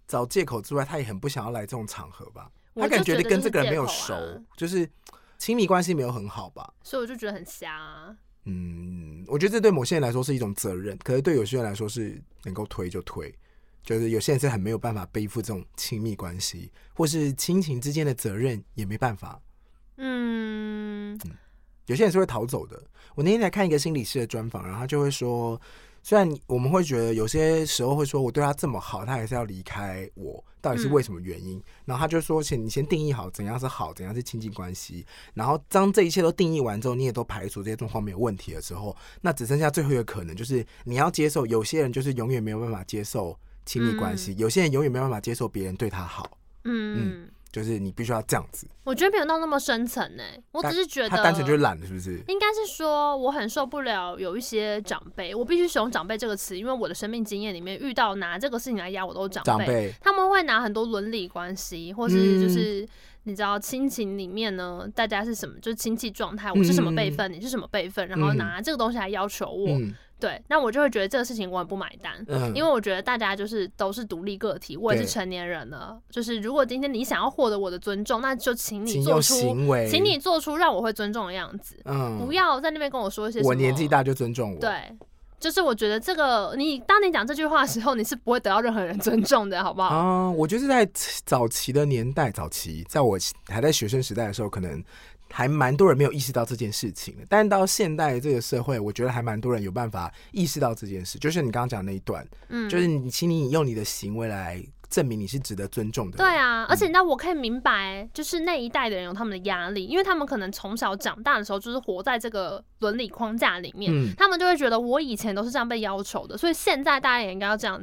Speaker 1: 找借口之外，他也很不想要来这种场合吧？
Speaker 2: 我
Speaker 1: 他可能
Speaker 2: 就
Speaker 1: 觉得
Speaker 2: 这
Speaker 1: 跟
Speaker 2: 是
Speaker 1: 这个人
Speaker 2: 借
Speaker 1: 没有
Speaker 2: 口啊
Speaker 1: 熟，就是亲密关系没有很好吧？
Speaker 2: 所以我就觉得很瞎、啊。
Speaker 1: 嗯，我觉得这对某些人来说是一种责任，可是对有些人来说是能够推就推，就是有些人是很没有办法背负这种亲密关系或是亲情之间的责任，也没办法。
Speaker 2: 嗯，
Speaker 1: 有些人是会逃走的。我那天才看一个心理师的专访，然后他就会说，虽然你我们会觉得有些时候会说我对他这么好，他还是要离开我，到底是为什么原因？然后他就说，先你先定义好怎样是好，怎样是亲近关系。然后当这一切都定义完之后，你也都排除这些状况没有问题的时候，那只剩下最后一个可能，就是你要接受有些人就是永远没有办法接受亲密关系，有些人永远没有办法接受别人对他好，
Speaker 2: 嗯，
Speaker 1: 就是你必须要这样子。
Speaker 2: 我觉得没有到那么深层呢、我只是觉得
Speaker 1: 他单纯就是懒了，是不是？
Speaker 2: 应该是说，我很受不了有一些长辈，我必须使用“长辈”这个词，因为我的生命经验里面遇到拿这个事情来压我都是长
Speaker 1: 长
Speaker 2: 辈，
Speaker 1: 辈，
Speaker 2: 他们会拿很多伦理关系，或是
Speaker 1: 嗯
Speaker 2: 就是你知道亲情里面呢，大家是什么，就是亲戚状态，我是什么辈分，你是什么辈分，然后拿这个东西来要求我，
Speaker 1: 嗯
Speaker 2: 对，那我就会觉得这个事情我很不买单。
Speaker 1: 嗯，
Speaker 2: 因为我觉得大家就是都是独立个体，我也是
Speaker 1: 对
Speaker 2: 成年人了。就是如果今天你想要获得我的尊重，那就请
Speaker 1: 请
Speaker 2: 你
Speaker 1: 用
Speaker 2: 做出，
Speaker 1: 行为，
Speaker 2: 请你做出让我会尊重的样子。
Speaker 1: 嗯
Speaker 2: 不要在那边跟我说一些什么
Speaker 1: 我年纪，大就尊重我，，
Speaker 2: 对，就是我觉得这个你当你讲这句话的时候，你是不会得到任何人尊重的，好不好？
Speaker 1: 啊，我就是在早期的年代，早期在我还在学生时代的时候，可能还蛮多人没有意识到这件事情的。但到现代这个社会，我觉得还蛮多人有办法意识到这件事，就是你刚刚讲的那一段，
Speaker 2: 嗯，
Speaker 1: 就是你，请你用你的行为来证明你是值得尊重的。嗯
Speaker 2: 对，啊，而且你知道，我可以明白，就是那一代的人有他们的压力，因为他们可能从小长大的时候就是活在这个伦理框架里面，
Speaker 1: 嗯
Speaker 2: 他们就会觉得我以前都是这样被要求的，所以现在大家也应该要这样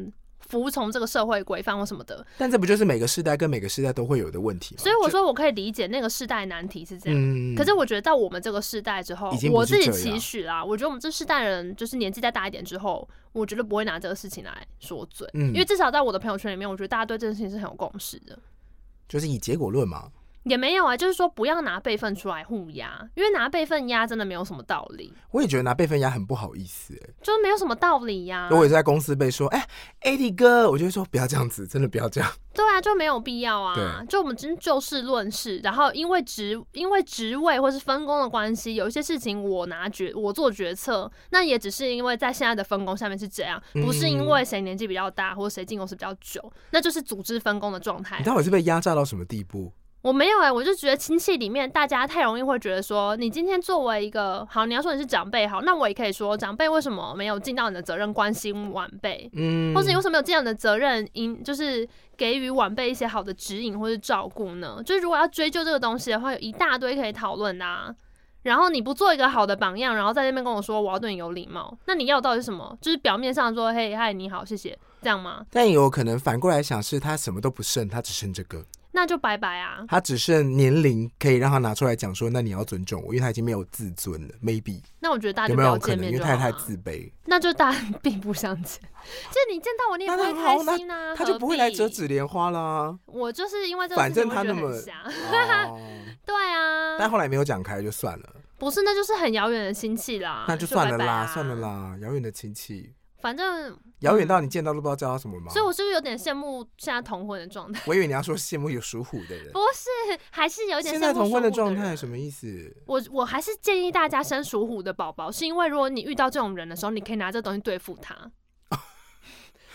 Speaker 2: 服从这个社会规范或什么的。
Speaker 1: 但这不就是每个世代跟每个世代都会有的问题吗？
Speaker 2: 所以我
Speaker 1: 就，
Speaker 2: 说，我可以理解那个世代难题是这样。
Speaker 1: 嗯
Speaker 2: 可是我觉得到我们这个世代之后
Speaker 1: 已经，不
Speaker 2: 我
Speaker 1: 是
Speaker 2: 自己
Speaker 1: 这样
Speaker 2: 期许啦，我觉得我们这世代人就是年纪再大一点之后，我觉得不会拿这个事情来说嘴，
Speaker 1: 嗯
Speaker 2: 因为至少在我的朋友圈里面，我觉得大家对这件事情是很有共识的。
Speaker 1: 就是以结果论嘛，
Speaker 2: 也没有啊，就是说不要拿辈分出来互压，因为拿辈分压真的没有什么道理，
Speaker 1: 我也觉得拿辈分压很不好意思、欸。
Speaker 2: 就是没有什么道理呀、
Speaker 1: 如果我在公司被说，哎、a d 哥，我就会说不要这样子，真的不要这样。
Speaker 2: 对啊，就没有必要啊。
Speaker 1: 对
Speaker 2: 就我们真就事论事，然后因为职因为职位或是分工的关系，有一些事情我拿决我做决策，那也只是因为在现在的分工下面是这样，不是因为谁年纪比较大或者谁进公司比较久，那就是组织分工的状态
Speaker 1: 你。到底是被压榨到什么地步？
Speaker 2: 我没有哎、我就觉得亲戚里面大家太容易会觉得说，你今天作为一个好，你要说你是长辈好，那我也可以说长辈为什么没有尽到你的责任，关心晚辈，
Speaker 1: 嗯
Speaker 2: 或者你为什么没有尽到你的责任，因就是给予晚辈一些好的指引或是照顾呢？就是如果要追究这个东西的话，有一大堆可以讨论的、啊。然后你不做一个好的榜样，然后在那边跟我说我要对你有礼貌，那你要的到底是什么？就是表面上说嘿嗨你好谢谢这样吗？
Speaker 1: 但也有可能反过来想，是他什么都不剩，他只剩这个，
Speaker 2: 那就拜拜啊！
Speaker 1: 他只剩年龄可以让他拿出来讲说，那你要尊重我，因为他已经没有自尊了，maybe
Speaker 2: 那啊我觉得大家
Speaker 1: 有
Speaker 2: 就不
Speaker 1: 没有
Speaker 2: 要
Speaker 1: 可
Speaker 2: 见
Speaker 1: 能？
Speaker 2: 面
Speaker 1: 因为
Speaker 2: 就好
Speaker 1: 他
Speaker 2: 了。
Speaker 1: 太自卑，
Speaker 2: 那就大家并不相
Speaker 1: [LAUGHS]
Speaker 2: 见。就你见到我，你也不
Speaker 1: 那
Speaker 2: 会
Speaker 1: 很好
Speaker 2: 开心啊，
Speaker 1: 他就
Speaker 2: 何
Speaker 1: 不会来
Speaker 2: 必
Speaker 1: 折纸。莲
Speaker 2: [LAUGHS]
Speaker 1: 花啦。哦
Speaker 2: 我就是因为这个
Speaker 1: 反
Speaker 2: 事情，
Speaker 1: 正
Speaker 2: 我
Speaker 1: 他
Speaker 2: 觉得
Speaker 1: 那
Speaker 2: 很
Speaker 1: 么
Speaker 2: 瞎 [LAUGHS]
Speaker 1: 哦
Speaker 2: 对
Speaker 1: 但
Speaker 2: 啊，
Speaker 1: 后来没有讲开就算了，
Speaker 2: 不是，那就是很遥远的亲戚啦，
Speaker 1: 那就算了
Speaker 2: 拜拜
Speaker 1: 啦，
Speaker 2: 啊
Speaker 1: 算了。啦，遥远的亲戚，
Speaker 2: 反正，
Speaker 1: 遥远到你见到都不知道叫他什么吗？
Speaker 2: 所以我是不是有点羡慕现在同婚的状
Speaker 1: [LAUGHS]
Speaker 2: 态？
Speaker 1: 我以为你要说羡慕有属虎的人
Speaker 2: 不，是，还是有
Speaker 1: 现
Speaker 2: 点羡慕
Speaker 1: 在同婚
Speaker 2: 的
Speaker 1: 状态什
Speaker 2: 么？
Speaker 1: 么意思？
Speaker 2: 我我还是建议大家生属虎的宝宝，是因为如果你遇到这种人的时候，你可以拿这东西对付
Speaker 1: [LAUGHS]
Speaker 2: 他。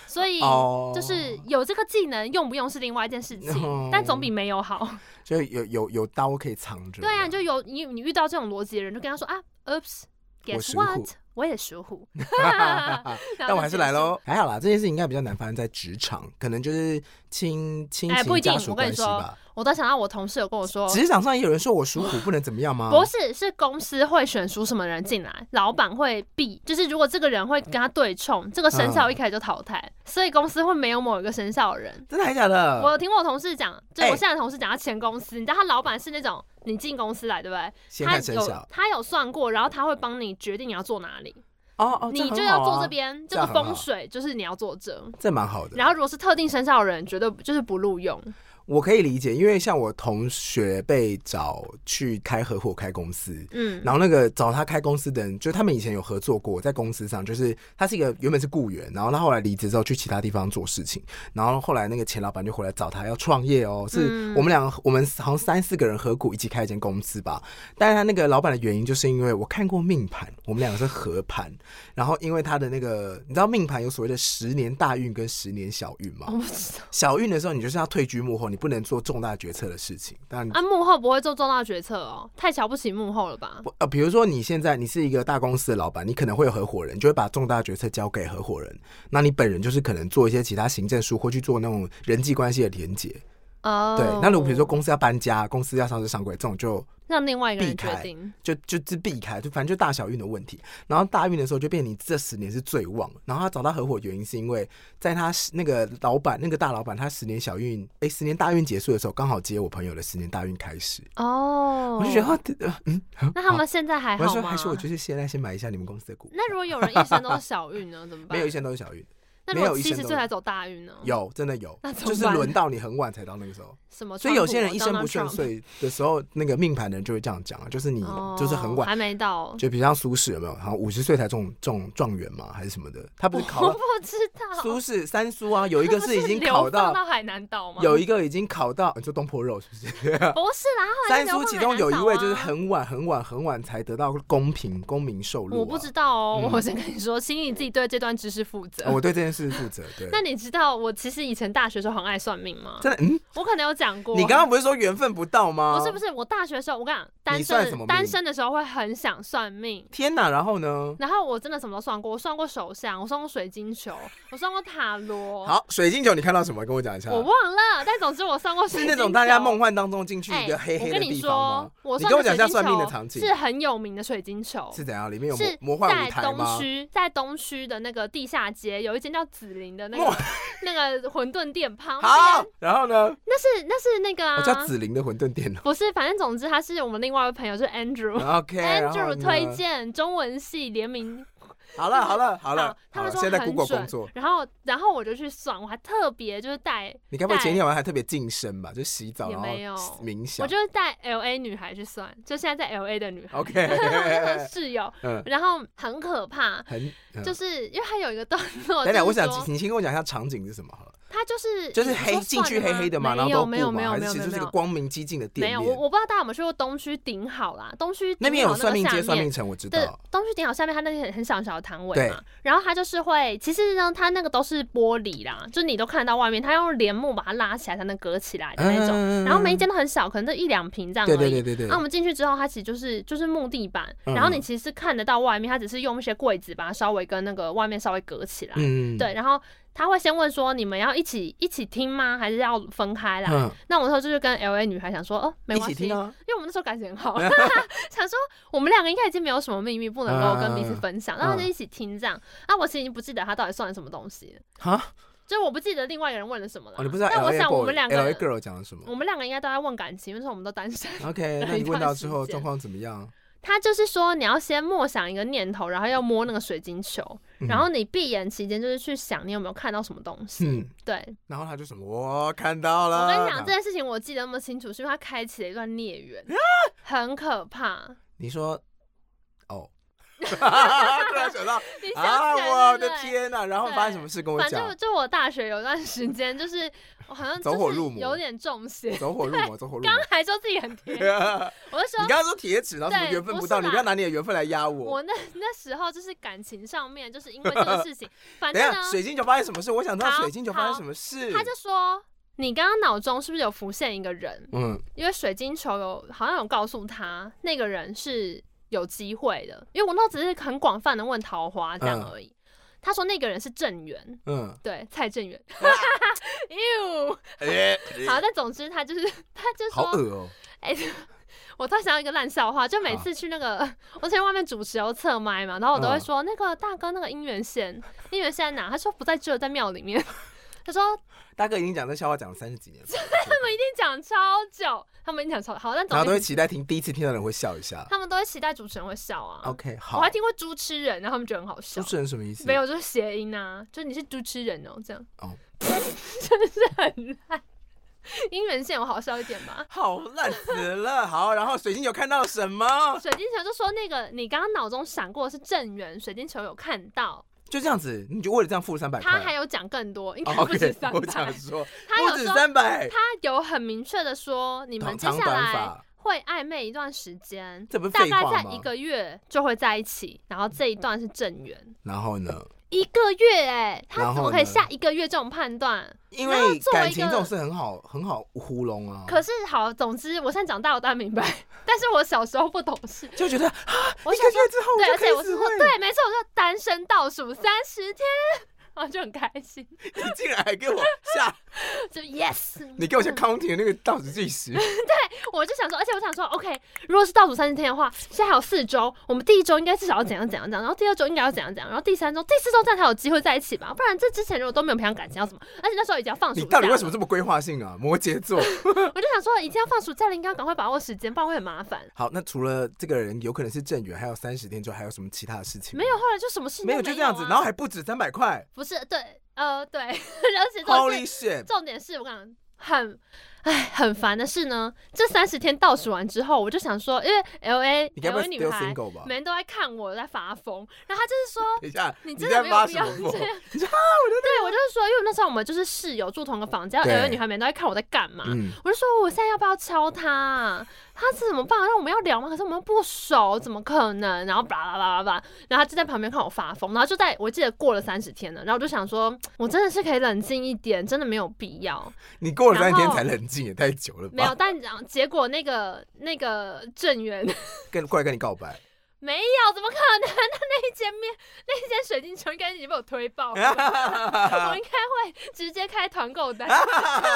Speaker 2: 所以
Speaker 1: 哦 [LAUGHS]
Speaker 2: 就是有这个技能，用不用是另外一件事
Speaker 1: 哦
Speaker 2: 情，但总比没有好。
Speaker 1: 就有有有刀可以藏着啦，
Speaker 2: 对啊，你就有你你遇到这种逻辑的人，就跟他说啊
Speaker 1: 我
Speaker 2: ，Oops，Guess
Speaker 1: 属虎
Speaker 2: what？我也
Speaker 1: [LAUGHS]
Speaker 2: 属虎， [LAUGHS]
Speaker 1: 但
Speaker 2: 但
Speaker 1: 我还是来。喽，还好啦，这件事应该比较难发生在职场，可能就是亲亲
Speaker 2: 哎不
Speaker 1: 戚
Speaker 2: 一定
Speaker 1: 家属关系
Speaker 2: 我跟
Speaker 1: 吧。
Speaker 2: 我都想到我同事有跟我说，
Speaker 1: 职场上也有人说我属虎不能怎么样吗？
Speaker 2: 不是，是公司会选属什么人进来，老板会避，就是如果这个人会跟他对冲，这个生
Speaker 1: 嗯
Speaker 2: 肖一开始就淘汰，所以公司会没有某一个生肖的人。
Speaker 1: 真的还假的？
Speaker 2: 我有听我同事讲，就
Speaker 1: 呃哎
Speaker 2: 我现在的同事讲，他前公司，你知道他老板是那种你进公司来，对不对？
Speaker 1: 先
Speaker 2: 他
Speaker 1: 看生
Speaker 2: 有
Speaker 1: 肖
Speaker 2: 他有算过，然后他会帮你决定你要坐哪里。
Speaker 1: 哦哦，
Speaker 2: 你
Speaker 1: 这
Speaker 2: 就
Speaker 1: 很好
Speaker 2: 要
Speaker 1: 啊
Speaker 2: 坐这，边，
Speaker 1: 这
Speaker 2: 这
Speaker 1: 样
Speaker 2: 个
Speaker 1: 很好
Speaker 2: 风水就是你要坐这。
Speaker 1: 这蛮好的。
Speaker 2: 然后如果是特定生肖的人，绝对不就是不录用。
Speaker 1: 我可以理解，因为像我同学被找去开合伙开公司，
Speaker 2: 嗯，
Speaker 1: 然后那个找他开公司的人，就他们以前有合作过，在公司上，就是他是一个原本是雇员，然后他后来离职之后去其他地方做事情，然后后来那个前老板就回来找他要创业哦，是
Speaker 2: 嗯
Speaker 1: 我们两个我们好像三四个人合股一起开一间公司吧，但是他那个老板的原因就是因为我看过命盘，我们两个是合盘，然后因为他的那个你知道命盘有所谓的十年大运跟十年小运吗？
Speaker 2: 我不知道。
Speaker 1: 小运的时候，你就是要退居幕后，你你不能做重大决策的事情。但
Speaker 2: 啊，幕后不会做重大决策哦，太瞧不起幕后了吧？
Speaker 1: 不呃，比如说你现在你是一个大公司的老板，你可能会有合伙人，你就会把重大决策交给合伙人。那你本人就是可能做一些其他行政书或去做那种人际关系的连接。
Speaker 2: 哦，
Speaker 1: 对，那如果比如说公司要搬家，公司要上市上柜，这种就
Speaker 2: 让另外一个人
Speaker 1: 避
Speaker 2: 决
Speaker 1: 开
Speaker 2: 定，
Speaker 1: 就就就避开，就反正就大小运的问题。然后大运的时候就变成你这十年是最旺的。然后他找到合伙原因是因为在他十那个老板那个大老板他十年小运哎、十年大运结束的时候，刚好接我朋友的十年大运开始，
Speaker 2: 哦，
Speaker 1: 我就觉得、啊、嗯，
Speaker 2: 那他们现在还
Speaker 1: 我还
Speaker 2: 好
Speaker 1: 说
Speaker 2: 吗？
Speaker 1: 还是我就是现在先买一下你们公司的股票，
Speaker 2: 那如果有人一生都是小运呢，怎么办？
Speaker 1: 没有一线都是小运，
Speaker 2: 那如
Speaker 1: 没
Speaker 2: 果
Speaker 1: 有一
Speaker 2: 七
Speaker 1: 生
Speaker 2: 十
Speaker 1: 都
Speaker 2: 岁才走大运呢？
Speaker 1: 有真的有
Speaker 2: 嗯那，怎么
Speaker 1: 就是
Speaker 2: 办
Speaker 1: 轮到你很晚才到那个时
Speaker 2: [LAUGHS]
Speaker 1: 候，
Speaker 2: 什么川普？啊
Speaker 1: 所以有些人一生
Speaker 2: Donald
Speaker 1: 不顺
Speaker 2: Trump
Speaker 1: 遂的时候，那个命盘的人就会这样讲啊，就是你
Speaker 2: 哦，
Speaker 1: 就是很晚。
Speaker 2: 还没到，
Speaker 1: 就比如像苏轼有没有？好像五十岁才中中状元嘛，还是什么的？他不是考
Speaker 2: 我
Speaker 1: 到
Speaker 2: 不知
Speaker 1: [LAUGHS]
Speaker 2: 道。
Speaker 1: 苏轼三苏
Speaker 2: [LAUGHS]
Speaker 1: 啊，有一个
Speaker 2: 不
Speaker 1: 是已经
Speaker 2: 流
Speaker 1: 考
Speaker 2: 放
Speaker 1: 到，
Speaker 2: 到海南岛吗？
Speaker 1: 有一个已经考到，你说东坡肉是不
Speaker 2: [LAUGHS]
Speaker 1: 是？
Speaker 2: 不是啦，后来
Speaker 1: 三
Speaker 2: 是流
Speaker 1: 苏
Speaker 2: 放
Speaker 1: 其
Speaker 2: 海
Speaker 1: 中
Speaker 2: 南
Speaker 1: 有一
Speaker 2: 岛
Speaker 1: 位就是
Speaker 2: 啊
Speaker 1: 很晚很晚很晚才得到公平公民受禄、啊。
Speaker 2: 我不知道哦，
Speaker 1: 嗯
Speaker 2: 我先跟你说，请你自己对这段知识负责。
Speaker 1: 啊我对这件事负责。对，
Speaker 2: [LAUGHS] 那你知道我其实以前大学的时候很爱算命吗？
Speaker 1: 真的嗯，
Speaker 2: 我可能有讲过。
Speaker 1: 你刚刚不是说缘分不到吗？
Speaker 2: 不是不是，我大学的时候，我跟你讲，单
Speaker 1: 你算什
Speaker 2: 身
Speaker 1: 么
Speaker 2: 的
Speaker 1: 命
Speaker 2: 单身的时候会很想算命。
Speaker 1: 天哪，然后呢？
Speaker 2: 然后我真的什么都算过，我算过手相，我算过水晶球，我算过塔罗，
Speaker 1: 好，水晶球你看到什么？跟我讲一下。
Speaker 2: 哦我忘了。但总之我算过水
Speaker 1: 是
Speaker 2: 晶球，哎
Speaker 1: 那种大家梦幻当中进去一个黑黑
Speaker 2: 我
Speaker 1: 的
Speaker 2: 跟你
Speaker 1: 地方
Speaker 2: 说
Speaker 1: 吗？，
Speaker 2: 我
Speaker 1: 你
Speaker 2: 算
Speaker 1: 跟我
Speaker 2: 的
Speaker 1: 讲一下
Speaker 2: 水晶
Speaker 1: 算命的
Speaker 2: 球
Speaker 1: 场景
Speaker 2: 是很有名的水晶球，
Speaker 1: 是怎样？里面有魔
Speaker 2: 是
Speaker 1: 魔幻舞
Speaker 2: 在
Speaker 1: 台
Speaker 2: 东
Speaker 1: 吗？
Speaker 2: 区，在东区的那个地下街有一间叫紫菱的那
Speaker 1: 哇
Speaker 2: 个那个馄
Speaker 1: [LAUGHS]
Speaker 2: 饨店旁边，
Speaker 1: 好，然后呢？
Speaker 2: 那是那是那个
Speaker 1: 我
Speaker 2: 啊，
Speaker 1: 叫紫菱的馄饨店
Speaker 2: [LAUGHS]
Speaker 1: 哦。
Speaker 2: 不是，反正总之他是我们另外一位朋友，就是 Andrew。
Speaker 1: 嗯 OK，然后
Speaker 2: Andrew
Speaker 1: 呢
Speaker 2: 推荐中文系联名，
Speaker 1: 好了，好了，好了，
Speaker 2: 他
Speaker 1: 好
Speaker 2: 们
Speaker 1: 了。
Speaker 2: 说
Speaker 1: 现在
Speaker 2: 很
Speaker 1: Google
Speaker 2: 准
Speaker 1: 工作，
Speaker 2: 然后然后我就去算，我还特别就是带，
Speaker 1: 你该不会
Speaker 2: 带
Speaker 1: 前一天晚上还特别净身吧？就洗澡
Speaker 2: 也
Speaker 1: 然后
Speaker 2: 没有
Speaker 1: 冥想
Speaker 2: 我就是带 L A 女孩去算，就现在在 L A 的女孩， [LAUGHS]
Speaker 1: ，OK，
Speaker 2: 室友，
Speaker 1: 嗯，
Speaker 2: 然后很可怕，
Speaker 1: 很嗯
Speaker 2: [LAUGHS] 就是因为他有一个动作，
Speaker 1: 等
Speaker 2: 就是
Speaker 1: 等，我想
Speaker 2: 说
Speaker 1: 你先跟我讲一下场景是什么好了，
Speaker 2: 他就是
Speaker 1: 就是
Speaker 2: 你说
Speaker 1: 黑进去
Speaker 2: 算
Speaker 1: 黑
Speaker 2: 吗
Speaker 1: 黑的嘛，然
Speaker 2: 没
Speaker 1: 后
Speaker 2: 有
Speaker 1: 都
Speaker 2: 没有
Speaker 1: 布
Speaker 2: 没
Speaker 1: 嘛，
Speaker 2: 有
Speaker 1: 还
Speaker 2: 没
Speaker 1: 是
Speaker 2: 有
Speaker 1: 其
Speaker 2: 没
Speaker 1: 实
Speaker 2: 有
Speaker 1: 就是
Speaker 2: 没
Speaker 1: 一个
Speaker 2: 有
Speaker 1: 光明激进的
Speaker 2: 没
Speaker 1: 店
Speaker 2: 有我
Speaker 1: 面？
Speaker 2: 我不知道大家有没有去过东区顶好啦，东区
Speaker 1: 那边
Speaker 2: 顶
Speaker 1: 有
Speaker 2: 好
Speaker 1: 算
Speaker 2: 个
Speaker 1: 命
Speaker 2: 下
Speaker 1: 街、算命
Speaker 2: 面
Speaker 1: 城，我知
Speaker 2: 对
Speaker 1: 道。，
Speaker 2: 东区顶好下面它那个很小很小的摊位
Speaker 1: 对
Speaker 2: 嘛，然后它就是会，其实呢，它那个都是玻璃啦，就是你都看得到外面，它用帘幕把它拉起来才能隔起来的那种，
Speaker 1: 嗯
Speaker 2: 然后每一间都很小，可能就一两平这样而
Speaker 1: 对
Speaker 2: 已。
Speaker 1: 对对对对
Speaker 2: 那、我，们进去之后，它其实就是就是木地板，
Speaker 1: 嗯
Speaker 2: 然后你其实是看得到外面，它只是用一些柜子把它稍微跟那个外面稍微隔起来，
Speaker 1: 嗯，
Speaker 2: 对，然后他会先问说你们要一起一起听吗，还是要分开啦？
Speaker 1: 嗯，
Speaker 2: 那我那时候就是跟 L A 女孩想说，哦，没
Speaker 1: 一
Speaker 2: 关
Speaker 1: 起
Speaker 2: 系，
Speaker 1: 听啊，
Speaker 2: 因为我们那时候感情
Speaker 1: [LAUGHS]
Speaker 2: 很好， [LAUGHS] 想说我们两个应该已经没有什么秘密不能够跟彼
Speaker 1: 嗯
Speaker 2: 此分享，然后就一起听这样。啊，我其实已经不记得他到底算了什么东西了，
Speaker 1: 哈，
Speaker 2: 就是我不记得另外一个人问了什么了。
Speaker 1: 哦，你不知道
Speaker 2: 但我
Speaker 1: LA
Speaker 2: 想我
Speaker 1: boy
Speaker 2: 们两个
Speaker 1: LA girl 讲了什么
Speaker 2: 我们两个应该都在问感情，因为那时候我们都单身。 [LAUGHS]
Speaker 1: ？OK，那你
Speaker 2: 一
Speaker 1: 问
Speaker 2: 段
Speaker 1: 到
Speaker 2: 时
Speaker 1: 之后
Speaker 2: 间
Speaker 1: 状况怎么样？
Speaker 2: 他就是说，你要先默想一个念头，然后要摸那个水晶球，
Speaker 1: 嗯
Speaker 2: 然后你闭眼期间就是去想你有没有看到什么东西。
Speaker 1: 嗯，
Speaker 2: 对，
Speaker 1: 然后他就什么，我看到了。
Speaker 2: 我跟你讲这件事情，我记得那么清楚，是因为它开启了一段
Speaker 1: [GASPS]
Speaker 2: 孽缘，很可怕。
Speaker 1: 你说，
Speaker 2: [LAUGHS]
Speaker 1: 哦，突然想到
Speaker 2: 你想起来
Speaker 1: 啊，我
Speaker 2: 对不
Speaker 1: 的
Speaker 2: 对
Speaker 1: 天哪！然后发生什么事跟我
Speaker 2: 反
Speaker 1: 讲
Speaker 2: 正？就我大学有段时间，就是我好像
Speaker 1: 走火
Speaker 2: 就是
Speaker 1: 入魔
Speaker 2: 有点中邪。
Speaker 1: 走火入魔，走火入
Speaker 2: 刚
Speaker 1: 魔。
Speaker 2: 还说自己很
Speaker 1: [LAUGHS] 你
Speaker 2: 甜，
Speaker 1: 刚
Speaker 2: 我就说
Speaker 1: 刚说铁齿，然后什么
Speaker 2: 对
Speaker 1: 缘分
Speaker 2: 不
Speaker 1: 不
Speaker 2: 是
Speaker 1: 到，你
Speaker 2: 啦
Speaker 1: 不要拿你的缘分来压我。
Speaker 2: 我那那时候就是感情上面，就是因为这个
Speaker 1: [LAUGHS]
Speaker 2: 事情，反
Speaker 1: 等一
Speaker 2: 正
Speaker 1: 下，
Speaker 2: 呢，
Speaker 1: 水晶球发生什么事？我想知道
Speaker 2: 好
Speaker 1: 水晶球发生什么事。
Speaker 2: 他就说你刚刚脑中是不是有浮现一个人？
Speaker 1: 嗯，
Speaker 2: 因为水晶球有好像有告诉他那个人是有机会的，因为我那时候只是很广泛的问桃花这样
Speaker 1: 嗯
Speaker 2: 而已。他说那个人是郑源，
Speaker 1: 嗯，
Speaker 2: 对，蔡郑源。 [LAUGHS] 哟，好，但总之他就是他就
Speaker 1: 好
Speaker 2: 说，
Speaker 1: 恶哦。
Speaker 2: 哎、我突然想到一个烂笑话，就每次去那个，我在外面主持有侧麦嘛，然后我都会
Speaker 1: 嗯
Speaker 2: 说、那个大哥那个姻缘线，姻缘线在哪？他说不在这，在庙里面。 [LAUGHS] 他说
Speaker 1: 大哥已经讲这笑话讲了三十几年了，
Speaker 2: [LAUGHS] 他们一定讲超久，他们一定讲超好，但
Speaker 1: 然后都
Speaker 2: 总
Speaker 1: 会
Speaker 2: 之
Speaker 1: 期待听，第一次听到的人会笑一下。
Speaker 2: 他们都会期待主持人会笑啊。
Speaker 1: OK，好
Speaker 2: 我还。听过猪吃人，然后他们觉得很好笑
Speaker 1: 主。持人什么意思？
Speaker 2: 没有，就是谐音啊，就你是猪吃人哦，这样。
Speaker 1: 哦
Speaker 2: [LAUGHS] 真是很烂。姻缘线有好笑一点吧？
Speaker 1: 好烂死了。好，然后水晶球看到了什么？
Speaker 2: 水晶球就说那个你刚刚脑中闪过的是正缘，水晶球有看到，
Speaker 1: 就这样子，你就为了这样付三百块。
Speaker 2: 他还有讲更多，应该
Speaker 1: 哦
Speaker 2: 不止
Speaker 1: OK，
Speaker 2: 三
Speaker 1: 我
Speaker 2: 百、
Speaker 1: 想说，
Speaker 2: 他
Speaker 1: 不
Speaker 2: 有
Speaker 1: 止
Speaker 2: 说
Speaker 1: 三百，
Speaker 2: 他有很明确的说，你们
Speaker 1: 长
Speaker 2: 接
Speaker 1: 长
Speaker 2: 下
Speaker 1: 短
Speaker 2: 来
Speaker 1: 发，
Speaker 2: 会暧昧一段时间，
Speaker 1: 这不是
Speaker 2: 大
Speaker 1: 废
Speaker 2: 概
Speaker 1: 话
Speaker 2: 在一
Speaker 1: 吗？
Speaker 2: 个月就会在一起，然后这一段是正缘。
Speaker 1: 然后呢？
Speaker 2: 一一个月哎、他
Speaker 1: 然
Speaker 2: 怎么
Speaker 1: 后
Speaker 2: 可以
Speaker 1: 呢哦
Speaker 2: 下一个月这种判断？
Speaker 1: 因
Speaker 2: 然后
Speaker 1: 为
Speaker 2: 作为
Speaker 1: 感
Speaker 2: 一
Speaker 1: 情
Speaker 2: 个
Speaker 1: 这种事很好很好糊弄啊，
Speaker 2: 可是好，总之我现在长大我当然明白， [LAUGHS] 但是我小时候不懂事，
Speaker 1: 就觉得啊，
Speaker 2: 我
Speaker 1: 一
Speaker 2: 小
Speaker 1: 个
Speaker 2: 时候
Speaker 1: 月之后
Speaker 2: 对，而
Speaker 1: 我就可
Speaker 2: 且我
Speaker 1: 以
Speaker 2: 是
Speaker 1: 死
Speaker 2: 说
Speaker 1: 会了，
Speaker 2: 对，没错，我就单身倒数三十天， [LAUGHS] 然后就很开心，
Speaker 1: [LAUGHS] 你竟然还给我下，
Speaker 2: 就 yes，
Speaker 1: 你给我下 counting 的那个倒数计时，
Speaker 2: 我就想说，而且我想说，OK，如果是倒数三十天的话，现在还有四周，我们第一周应该至少要怎样怎样怎样，然后第二周应该要怎样怎样，然后第三周、第四周这样才有机会在一起吧，不然这之前如果都没有培养感情，要怎么？而且那时候已经要放
Speaker 1: 你
Speaker 2: 暑假了，
Speaker 1: 到底为什么这么规划性啊？摩羯座。
Speaker 2: 我就想说，已经要放暑假了，应该要赶快把握时间，不然会很麻烦。
Speaker 1: 好，那除了这个人有可能是郑源，还有三十天之后还有什么其他的事情吗？
Speaker 2: 没有，后来就什么事情
Speaker 1: 没
Speaker 2: 都
Speaker 1: 有，
Speaker 2: 有
Speaker 1: 就这样子，
Speaker 2: 啊
Speaker 1: 然后还不止三百块
Speaker 2: 不是对，呃，对， [LAUGHS] 而且重
Speaker 1: ，Holy
Speaker 2: 点是
Speaker 1: shit！
Speaker 2: 重点是我讲很，哎，很烦的是呢，这三十天倒数完之后，我就想说，因为 L A
Speaker 1: 你该
Speaker 2: L
Speaker 1: 不会
Speaker 2: A 女
Speaker 1: still
Speaker 2: 孩
Speaker 1: single 吧？
Speaker 2: 每人都在看我在发疯，然后
Speaker 1: [LAUGHS]
Speaker 2: 她就是说。
Speaker 1: 等一下，
Speaker 2: 你真的
Speaker 1: 在
Speaker 2: 没
Speaker 1: 发
Speaker 2: 有
Speaker 1: 什
Speaker 2: 必要
Speaker 1: 么
Speaker 2: 这样，
Speaker 1: 疯？ [LAUGHS] 啊
Speaker 2: 对我就是说，因为那时候我们就是室友住同个房间，然后
Speaker 1: 对
Speaker 2: L A 女孩每人都在看我在干嘛，
Speaker 1: 嗯，
Speaker 2: 我就说我现在要不要敲他？他是怎么办？让我们要聊吗？可是我们不熟，怎么可能？然后巴拉巴拉巴拉，然后他就在旁边看我发疯，然后就在我记得过了三十天了，然后我就想说，嗯我真的是可以冷静一点，真的没有必要。
Speaker 1: 你过了
Speaker 2: 然
Speaker 1: 三
Speaker 2: 后
Speaker 1: 天才冷静，也太久了
Speaker 2: 没有，
Speaker 1: 吧？
Speaker 2: 但讲结果那个那个郑源
Speaker 1: 跟过来跟你告白，
Speaker 2: [LAUGHS] 没有，怎么可能？他那一间面那一间水晶球应该已经被我推
Speaker 1: [LAUGHS]
Speaker 2: 爆了，我应该会直接开团购单，让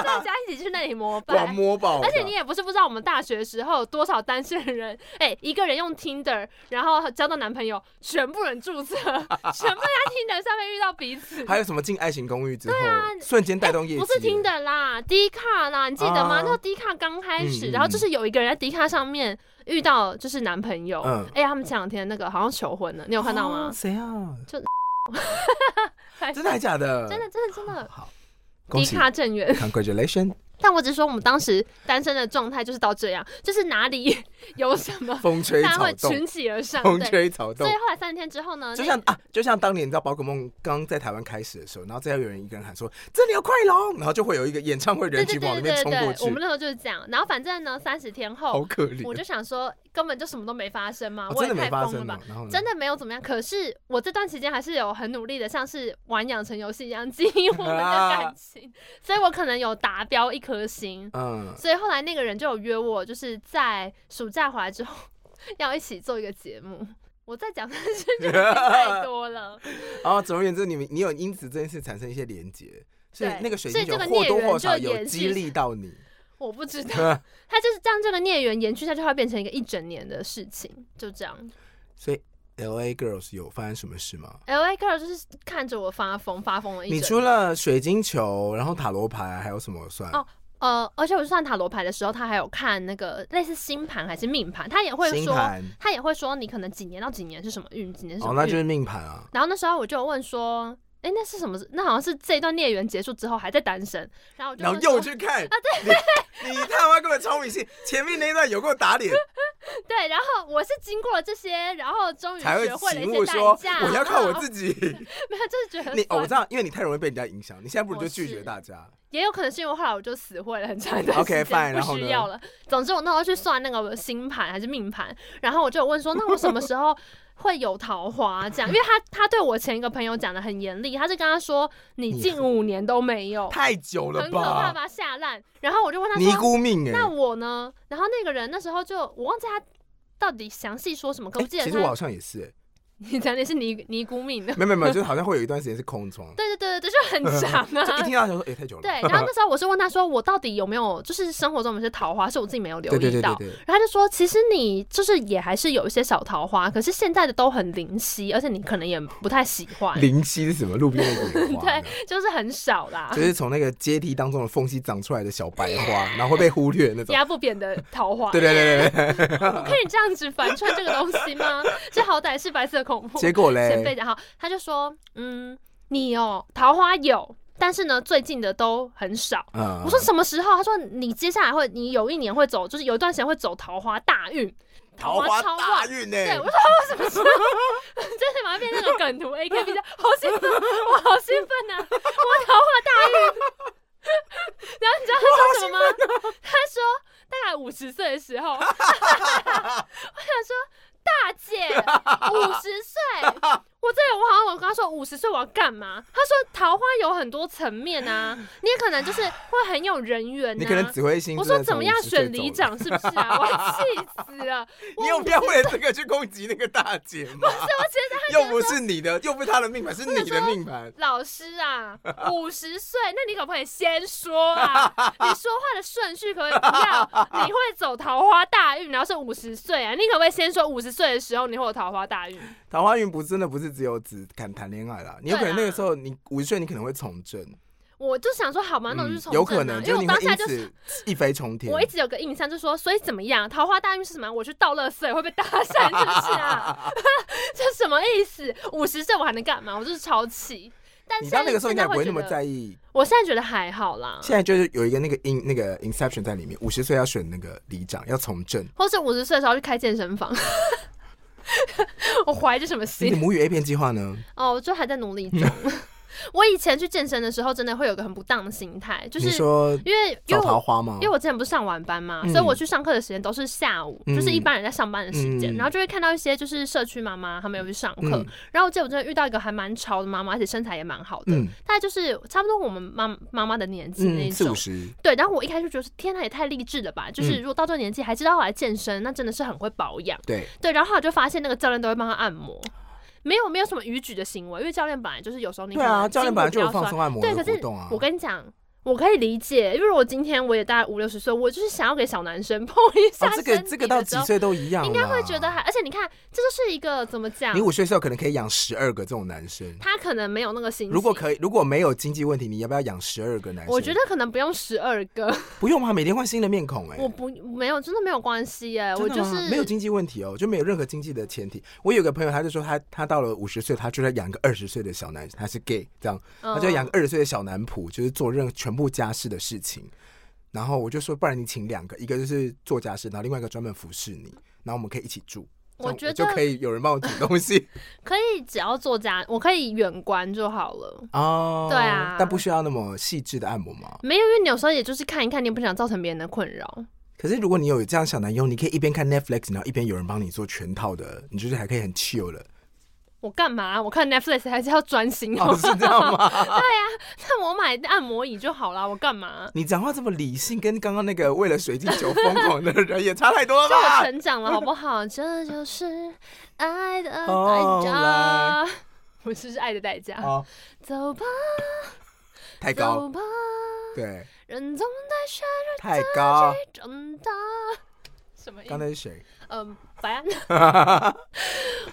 Speaker 2: 大家一起去那里膜拜。
Speaker 1: 广摸吧！
Speaker 2: 而且你也不是不知道，我们大学时候有多少单身人， [LAUGHS] 哎、一个人用 Tinder，然后交到男朋友，全部人
Speaker 1: [LAUGHS]
Speaker 2: 注册，全部人在 Tinder 上面遇到彼此。
Speaker 1: 还有什么进爱情公寓之后
Speaker 2: 啊，
Speaker 1: 瞬间带动业绩？
Speaker 2: 不是 Tinder 啦，D 卡啦，你记得吗？
Speaker 1: 啊
Speaker 2: 那时候 D 卡刚开始，
Speaker 1: 嗯嗯
Speaker 2: 然后就是有一个人在 D 卡上面遇到就是男朋友，
Speaker 1: 嗯
Speaker 2: 哎、呀，他们前两天那个好像求婚了，你有
Speaker 1: 有
Speaker 2: 看到吗？
Speaker 1: 谁啊？
Speaker 2: 就
Speaker 1: 真的还假的？
Speaker 2: 真的真的真的
Speaker 1: 好， [LAUGHS] 恭
Speaker 2: ，D
Speaker 1: 喜
Speaker 2: 卡正缘。
Speaker 1: ，Congratulation，
Speaker 2: 但我只说我们当时单身的状态就是到这样，就是哪里 [LAUGHS] 有什么，
Speaker 1: 风吹
Speaker 2: 大家
Speaker 1: 草
Speaker 2: 会
Speaker 1: 动，
Speaker 2: 群起而上，
Speaker 1: 风
Speaker 2: 对。
Speaker 1: 吹草
Speaker 2: 所
Speaker 1: 动
Speaker 2: 以。后来三天之后呢，
Speaker 1: 就
Speaker 2: 那
Speaker 1: 像啊，就像当年你知道宝可梦刚在台湾开始的时候，然后再有人一个人喊说“这里有快龙”，然后就会有一个演唱会
Speaker 2: 对
Speaker 1: 人
Speaker 2: 对
Speaker 1: 群
Speaker 2: 对
Speaker 1: 往里
Speaker 2: 对
Speaker 1: 面
Speaker 2: 对
Speaker 1: 冲过
Speaker 2: 对，我
Speaker 1: 去
Speaker 2: 们，那时候就是这样。然后反正呢，三十天
Speaker 1: 好
Speaker 2: 后，
Speaker 1: 可
Speaker 2: 我就
Speaker 1: 怜。
Speaker 2: 想说，根本就什么都没发生嘛，
Speaker 1: 哦
Speaker 2: 我
Speaker 1: 真
Speaker 2: 也
Speaker 1: 的
Speaker 2: 太
Speaker 1: 没发
Speaker 2: 疯了
Speaker 1: 生
Speaker 2: 吧
Speaker 1: 了。，然后呢
Speaker 2: 真的没有怎么样，可是我这段期间还是有很努力的，像是玩养成游戏一样经营我们的
Speaker 1: 啊
Speaker 2: 感情，所以我可能有达标一颗星。
Speaker 1: 嗯，
Speaker 2: 所以后来那个人就有约我，就是在暑假回来之后 [LAUGHS] 要一起做一个节目。我再讲这件事情太多了，
Speaker 1: 然后总而言之，你们你有因此这件事产生一些连结，所以
Speaker 2: 对
Speaker 1: 那个水
Speaker 2: 所以
Speaker 1: 晶球
Speaker 2: 这个
Speaker 1: 或多
Speaker 2: 孽缘
Speaker 1: 或少
Speaker 2: 就
Speaker 1: 有
Speaker 2: 延续
Speaker 1: 激励到
Speaker 2: [LAUGHS]
Speaker 1: 你。
Speaker 2: 我不知道，他就是让这个孽缘延续下去，它会变成一个一整年的事情，就这样。
Speaker 1: 所以 L A Girls 有发生什么事吗？
Speaker 2: L A girl 就是看着我发疯，发疯了一
Speaker 1: 你
Speaker 2: 整
Speaker 1: 除了水晶球，然后塔罗牌还有什么算？
Speaker 2: 哦呃，而且我去算塔罗牌的时候，他还有看那个类似星盘还是命盘，他也会
Speaker 1: 星
Speaker 2: 说，
Speaker 1: 盘
Speaker 2: 他也会说你可能几年到几年是什么运，几年是什
Speaker 1: 哦，
Speaker 2: 么
Speaker 1: 那
Speaker 2: 运。
Speaker 1: 就是命盘啊。
Speaker 2: 然后那时候我就有问说，哎、那是什么？那好像是这一段孽缘结束之后还在单身，然后我就
Speaker 1: 然后
Speaker 2: 问说啊
Speaker 1: 又去看，你你他妈根本超迷信， [LAUGHS] 前面那一段有够打脸，
Speaker 2: 对，然后我是经过了这些，然后终于
Speaker 1: 才会
Speaker 2: 学会了一嗯
Speaker 1: 醒
Speaker 2: 些
Speaker 1: 悟
Speaker 2: 代
Speaker 1: 说
Speaker 2: 价。
Speaker 1: 我要靠我
Speaker 2: 己，
Speaker 1: 自己。
Speaker 2: [LAUGHS] 没有，就是觉得
Speaker 1: 你哦，我
Speaker 2: 算
Speaker 1: 知道，因为你太容易被人家影响，你现在不如
Speaker 2: 我
Speaker 1: 就拒
Speaker 2: 是
Speaker 1: 绝大家。
Speaker 2: 也有可能是因为后来我就死会了很长一段
Speaker 1: OK，
Speaker 2: 时
Speaker 1: fine，
Speaker 2: 间，
Speaker 1: 然后
Speaker 2: 不
Speaker 1: 呢
Speaker 2: 需要了。总之我那时候去算那个星盘还是命盘，然后我就有问说，那我什么时候会有桃花？这样，因为他他对我前一个朋友讲的很严厉，他是跟他说你
Speaker 1: 你
Speaker 2: 近五年都没有，
Speaker 1: 太久了
Speaker 2: 很可
Speaker 1: 吧？
Speaker 2: 怕吧，吓烂。然后我就问他
Speaker 1: 尼
Speaker 2: 说，
Speaker 1: 姑命
Speaker 2: 那
Speaker 1: 哎，
Speaker 2: 我呢？然后那个人那时候就我忘记他到底详细说什么，可我
Speaker 1: 哎
Speaker 2: 记得
Speaker 1: 其实我
Speaker 2: 他
Speaker 1: 好像也是，哎
Speaker 2: 你讲的是尼尼姑
Speaker 1: [LAUGHS]
Speaker 2: 命的，
Speaker 1: 没有没有没有，就是好像会有一段时间是空窗，
Speaker 2: [LAUGHS] 对对对对，就
Speaker 1: [LAUGHS]
Speaker 2: 很长
Speaker 1: 就一
Speaker 2: 啊。
Speaker 1: 听到想说，哎，太久了吧。
Speaker 2: 对，然后那时候我是问他说，我到底有没有就是生活中有些桃花是我自己没有留
Speaker 1: 对对
Speaker 2: 意
Speaker 1: 对
Speaker 2: 到
Speaker 1: 对？对，
Speaker 2: 然后他就说，其实你就是也还是有一些小桃花，可是现在的都很灵犀，而且你可能也不太喜欢，
Speaker 1: 灵犀是什么？路边的野花。
Speaker 2: 对就是很少啦
Speaker 1: 就，是从那个阶梯当中的缝隙长出来的小白花，
Speaker 2: [LAUGHS]
Speaker 1: 然后会被忽略那种。
Speaker 2: 压不扁的桃花。
Speaker 1: 对对对对对。
Speaker 2: 我可以这样子反串这个东西吗？这好歹是白色恐怖。
Speaker 1: 结果哎
Speaker 2: 前辈
Speaker 1: 嘞，
Speaker 2: 讲好，他就说，嗯，你哦，桃花有，但是呢，最近的都很少。
Speaker 1: 嗯
Speaker 2: 我说什么时候？他说你接下来会，你有一年会走，就是有一段时间会走桃花大运，
Speaker 1: 桃花
Speaker 2: 超
Speaker 1: 大
Speaker 2: 旺。
Speaker 1: 运欸
Speaker 2: 对，
Speaker 1: 呢
Speaker 2: 我？说我什么时候？ [LAUGHS] 真是马上变那种梗图 A K B 的，好兴奋，我好兴奋呐、我桃花大运。 [LAUGHS] 然后你知道他说什么吗？
Speaker 1: 哦
Speaker 2: 他说大概五十岁的
Speaker 1: [LAUGHS]
Speaker 2: 时候，我想说大姐五十岁，我真的我好像我跟他说五十岁我要吗？他说桃花有很多层面啊，你也可能就是会很有人缘、啊。
Speaker 1: 你可能紫微星
Speaker 2: 我
Speaker 1: 真的
Speaker 2: 说怎么
Speaker 1: 从
Speaker 2: 样
Speaker 1: 50岁
Speaker 2: 选
Speaker 1: 走
Speaker 2: 里
Speaker 1: 了？
Speaker 2: 长是不是啊？我气死了！
Speaker 1: [LAUGHS] 你有必要为了这个去攻击那个大
Speaker 2: [LAUGHS]
Speaker 1: 姐吗？
Speaker 2: 我觉
Speaker 1: 又
Speaker 2: 得
Speaker 1: 不是你的，又不是她的命盘，是你的命盘。
Speaker 2: 老师
Speaker 1: [LAUGHS]
Speaker 2: 啊，五十岁，那你可不可以先说啊？你说话的顺序可不可以不要？你会走桃花大运，然后是五十岁啊？你可不可以先说五十岁的时候你会有桃花大运？
Speaker 1: 桃花运不真的不是只有只敢谈恋爱啦，你有可能
Speaker 2: 啊
Speaker 1: 那个时候你五十岁你可能会从政，嗯
Speaker 2: 我就想说，好嘛，那我就从、啊
Speaker 1: 有可能
Speaker 2: 因为
Speaker 1: 就
Speaker 2: 我
Speaker 1: 你会
Speaker 2: 当下
Speaker 1: 因
Speaker 2: 就是
Speaker 1: 此一飞冲天
Speaker 2: 我。一直有个印象，就说，所以怎么样？桃花大运是什么？我去倒垃圾会被搭讪，是不是
Speaker 1: [LAUGHS]
Speaker 2: 啊？这什么意思？五十岁我还能干嘛？我就是超气。但
Speaker 1: 你
Speaker 2: 现
Speaker 1: 到
Speaker 2: 在
Speaker 1: 那个时候应该不会那么
Speaker 2: 意。
Speaker 1: 在意，
Speaker 2: 我现在觉得还好啦，
Speaker 1: 现在就是有一个那个 in 那个 inception 在里面，五十岁要选那个里长，要从政。
Speaker 2: 或是五十岁的时候去开健身房。 [LAUGHS] 我怀着什么
Speaker 1: 你的
Speaker 2: 心？
Speaker 1: 母语 A 片计划呢？
Speaker 2: 哦，我就还在努力
Speaker 1: [LAUGHS]
Speaker 2: 中。我以前去健身的时候，真的会有个很不当的心态，就是
Speaker 1: 你说
Speaker 2: 因为因为
Speaker 1: 找桃
Speaker 2: 我
Speaker 1: 花吗
Speaker 2: 因为？我之前不是上晚班嘛，
Speaker 1: 嗯
Speaker 2: 所以我去上课的时间都是下午，
Speaker 1: 嗯
Speaker 2: 就是一般人在上班的时间，
Speaker 1: 嗯
Speaker 2: 然后就会看到一些就是社区妈妈她们有去上课，
Speaker 1: 嗯
Speaker 2: 然后我记得我真的遇到一个还蛮潮的妈妈，而且身材也蛮好的，
Speaker 1: 嗯
Speaker 2: 大概就是差不多我们妈妈妈的年纪那
Speaker 1: 嗯，四
Speaker 2: 种。
Speaker 1: 五十，嗯
Speaker 2: 对，然后我一开始就觉得天呐，也太励志了吧！就是如果到这个年纪还知道来健身，那真的是很会保养。
Speaker 1: 对，
Speaker 2: 对，然后我就发现那个教练都会帮他按摩，没有没有什么逾矩的行为，因为教练本来就是有时候你
Speaker 1: 对
Speaker 2: 可
Speaker 1: 啊，
Speaker 2: 能
Speaker 1: 教练
Speaker 2: 筋
Speaker 1: 本来
Speaker 2: 骨
Speaker 1: 就有
Speaker 2: 比较
Speaker 1: 放
Speaker 2: 酸
Speaker 1: 松按摩
Speaker 2: 对，
Speaker 1: 的
Speaker 2: 可
Speaker 1: 活
Speaker 2: 是
Speaker 1: 动啊。
Speaker 2: 我跟你讲，我可以理解，因为我今天我也大概五六十岁，我就是想要给小男生碰 [LAUGHS] 一下
Speaker 1: 哦，这
Speaker 2: 身体的时候、
Speaker 1: 个这个到几岁都一样啦，啊
Speaker 2: 应该会觉得还，而且你看，这就是一个怎么讲
Speaker 1: 你，五岁的时候可能可以养十二个这种男生。
Speaker 2: 他可能没有那个心情。
Speaker 1: 如果可以，如果没有经济问题，你要不要养十二个男生？
Speaker 2: 我觉得可能不用十二个，
Speaker 1: 不用吧，每天换新的面孔哎、
Speaker 2: 我不没有，真的没有关系耶。我
Speaker 1: 真的
Speaker 2: 就
Speaker 1: 吗
Speaker 2: 是
Speaker 1: 没有经济问题哦，就没有任何经济的前提。我有个朋友，他就说他他到了五十岁，他就在养一个二十岁的小男，他是 gay 这样，
Speaker 2: 嗯
Speaker 1: 他就养个二十岁的小男仆，就是做任全部家事的事情。然后我就说，不然你请两个，一个就是做家事，然后另外一个专门服侍你，然后我们可以一起住，这样
Speaker 2: 我觉得
Speaker 1: 就可以有人帮我煮东
Speaker 2: [LAUGHS]
Speaker 1: 西
Speaker 2: 可以只要做家，我可以远观就好了。
Speaker 1: 哦。
Speaker 2: 对啊
Speaker 1: 但不需要那么细致的按摩嘛。
Speaker 2: 没有，因为你有时候也就是看一看，你也不想造成别人的困扰。
Speaker 1: 可是如果你有这样小男优，你可以一边看 Netflix，然后一边有人帮你做全套的，你就是还可以很 chill 了。
Speaker 2: 我干嘛？我看 Netflix 还是要专
Speaker 1: [LAUGHS]
Speaker 2: 心
Speaker 1: 哦，
Speaker 2: 哦。
Speaker 1: 是这样吗？
Speaker 2: [LAUGHS] 那我买按摩椅就好啦，我干嘛？
Speaker 1: 你讲话这么理性，跟刚刚那个为了水晶球疯狂的人也差太多了
Speaker 2: 就我
Speaker 1: 吧？
Speaker 2: 成长了，好不好？这就是爱的
Speaker 1: 哦
Speaker 2: 代价。 [LAUGHS] 不是是爱的代价。
Speaker 1: 哦，
Speaker 2: 走吧，
Speaker 1: 太高
Speaker 2: 走，吧，
Speaker 1: 对，
Speaker 2: 人总在学
Speaker 1: 太高。
Speaker 2: 会长大。什么意
Speaker 1: 刚
Speaker 2: 思？
Speaker 1: 才是谁？
Speaker 2: 嗯，白安。
Speaker 1: [LAUGHS]
Speaker 2: [LAUGHS]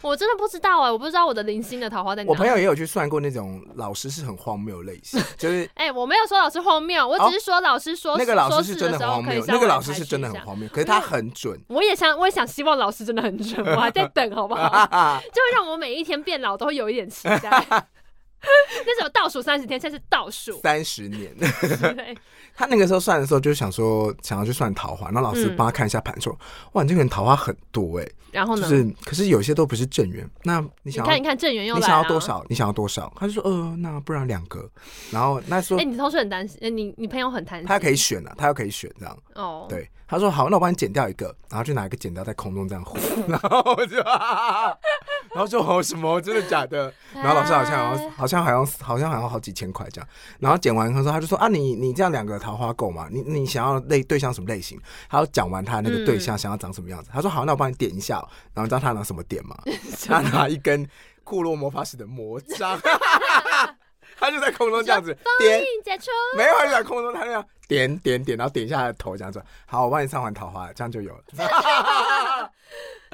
Speaker 2: 我真的不知道哎、我不知道我的零星的桃花在哪。
Speaker 1: 我朋友也有去算过，那种老师是很荒谬类
Speaker 2: [LAUGHS]
Speaker 1: 型，就是
Speaker 2: 哎、我没有说老师荒谬，我只是说老师说、
Speaker 1: 哦那个老
Speaker 2: 说
Speaker 1: 师是
Speaker 2: 事
Speaker 1: 真
Speaker 2: 的
Speaker 1: 的
Speaker 2: 时
Speaker 1: 很
Speaker 2: 候
Speaker 1: 荒
Speaker 2: 可以
Speaker 1: 谬，
Speaker 2: 稍
Speaker 1: 那个
Speaker 2: 微
Speaker 1: 老师
Speaker 2: 排
Speaker 1: 是
Speaker 2: 斥
Speaker 1: 真的
Speaker 2: 一
Speaker 1: 很
Speaker 2: 下
Speaker 1: 荒谬，可是他很
Speaker 2: [LAUGHS]
Speaker 1: 准。，
Speaker 2: 我也想，我也想希望老师真的很准，我还在等，好不好？就让我每一天变老都会有一点期待。 [LAUGHS] 那什么倒数三十天，现在是倒数
Speaker 1: [LAUGHS] 三十年，
Speaker 2: 对，
Speaker 1: 他那个时候算的时候就想说想要去算桃花，然后老师
Speaker 2: 嗯
Speaker 1: 帮他看一下盘说，哇，你这个人桃花很多哎、
Speaker 2: 然后
Speaker 1: 就
Speaker 2: 哦呢？
Speaker 1: 是可是有些都不是正缘，那你
Speaker 2: 你
Speaker 1: 想
Speaker 2: 看，
Speaker 1: 要
Speaker 2: 你看郑源又来啊
Speaker 1: 你想要
Speaker 2: 了
Speaker 1: 多？少？你想要多少？他就说呃，那不然两个，然后那说
Speaker 2: 哎、你同学很担心，哎你你朋友很担心
Speaker 1: 他可以选啊，他又可以选这样。
Speaker 2: 哦。，
Speaker 1: 对，他说好，那我帮你剪掉一个，然后就拿一个剪刀在空中这样挥， [LAUGHS] 然后我就，然后就哦什么真的假的？然后老师好像好像好像好像好像好像好几千块这样，然后剪完他说他就说啊你你这样两个桃花够吗？你你想要类对象什么类型？他要讲完他那个对象想要长什么样子，他说好，那我帮你点一下哦、然后你知道他拿什么点吗？他拿一根库洛魔法使的魔杖，他就在空中这样子点。
Speaker 2: 并解除。
Speaker 1: [LAUGHS] 没有，他就在空中，他就这样点点点，然后点一下他的头，这样说：“好，我帮你上环桃花，这样就有了。
Speaker 2: [LAUGHS]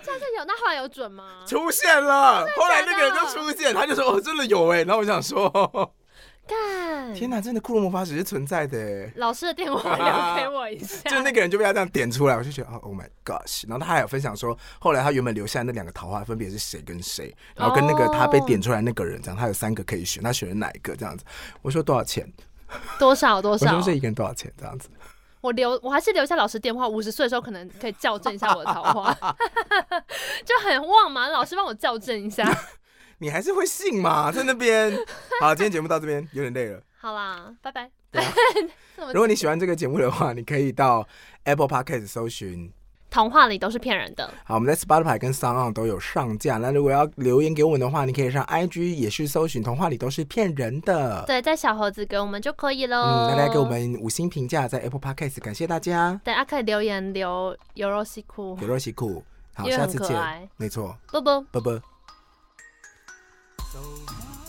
Speaker 2: 这样就有，那后来有准”吗？
Speaker 1: 出现了，后来
Speaker 2: 的
Speaker 1: 那个人就出现，他就说：“哦，真的有哎。”然后我想说 [LAUGHS]
Speaker 2: 干，：“
Speaker 1: 天哪，真的库洛魔法使是存在的哎
Speaker 2: 老师的电话留给我一！”
Speaker 1: [LAUGHS]
Speaker 2: 下。
Speaker 1: 就那个人就被他这样点出来，我就觉得哦，Oh my gosh！然后他还有分享说，后来他原本留下那两个桃花分别是谁跟谁，然后跟那个
Speaker 2: 哦
Speaker 1: 他被点出来那个人，这样他有三个可以选，他选了哪一个这样子？我说多少钱？
Speaker 2: 多少多
Speaker 1: 我
Speaker 2: 少
Speaker 1: 说，这一个人多少钱？这样子，
Speaker 2: 我留我还是留下老师电话，五十岁的时候可能可以校正一下我的桃花， [LAUGHS] 就很旺嘛，老师帮我校正一下。
Speaker 1: 你还是会信吗？在那边。好，今天节目到这边有点累了。
Speaker 2: 好啦，拜拜。
Speaker 1: 对啊
Speaker 2: 这
Speaker 1: [LAUGHS]
Speaker 2: 么
Speaker 1: 如果你喜欢这个节目的话，你可以到 Apple Podcast 搜寻
Speaker 2: 童话里都是骗人的。
Speaker 1: 好，我们在 Spotify 跟 s o n 都有上架。那如果要留言给我们的话，你可以上 IG 也是搜寻“童话里都是骗人的”。
Speaker 2: 对，哦在小盒子给我们就可以喽。
Speaker 1: 嗯，大家给我们五星评价，在 Apple Podcast，感谢大家。
Speaker 2: 对，啊，可以留言留尤肉西库
Speaker 1: 有，若西库，好，
Speaker 2: 因为
Speaker 1: 下
Speaker 2: 很
Speaker 1: 次
Speaker 2: 可
Speaker 1: 见
Speaker 2: 爱。
Speaker 1: 没错，
Speaker 2: 啵啵。
Speaker 1: 拜拜。
Speaker 2: 啊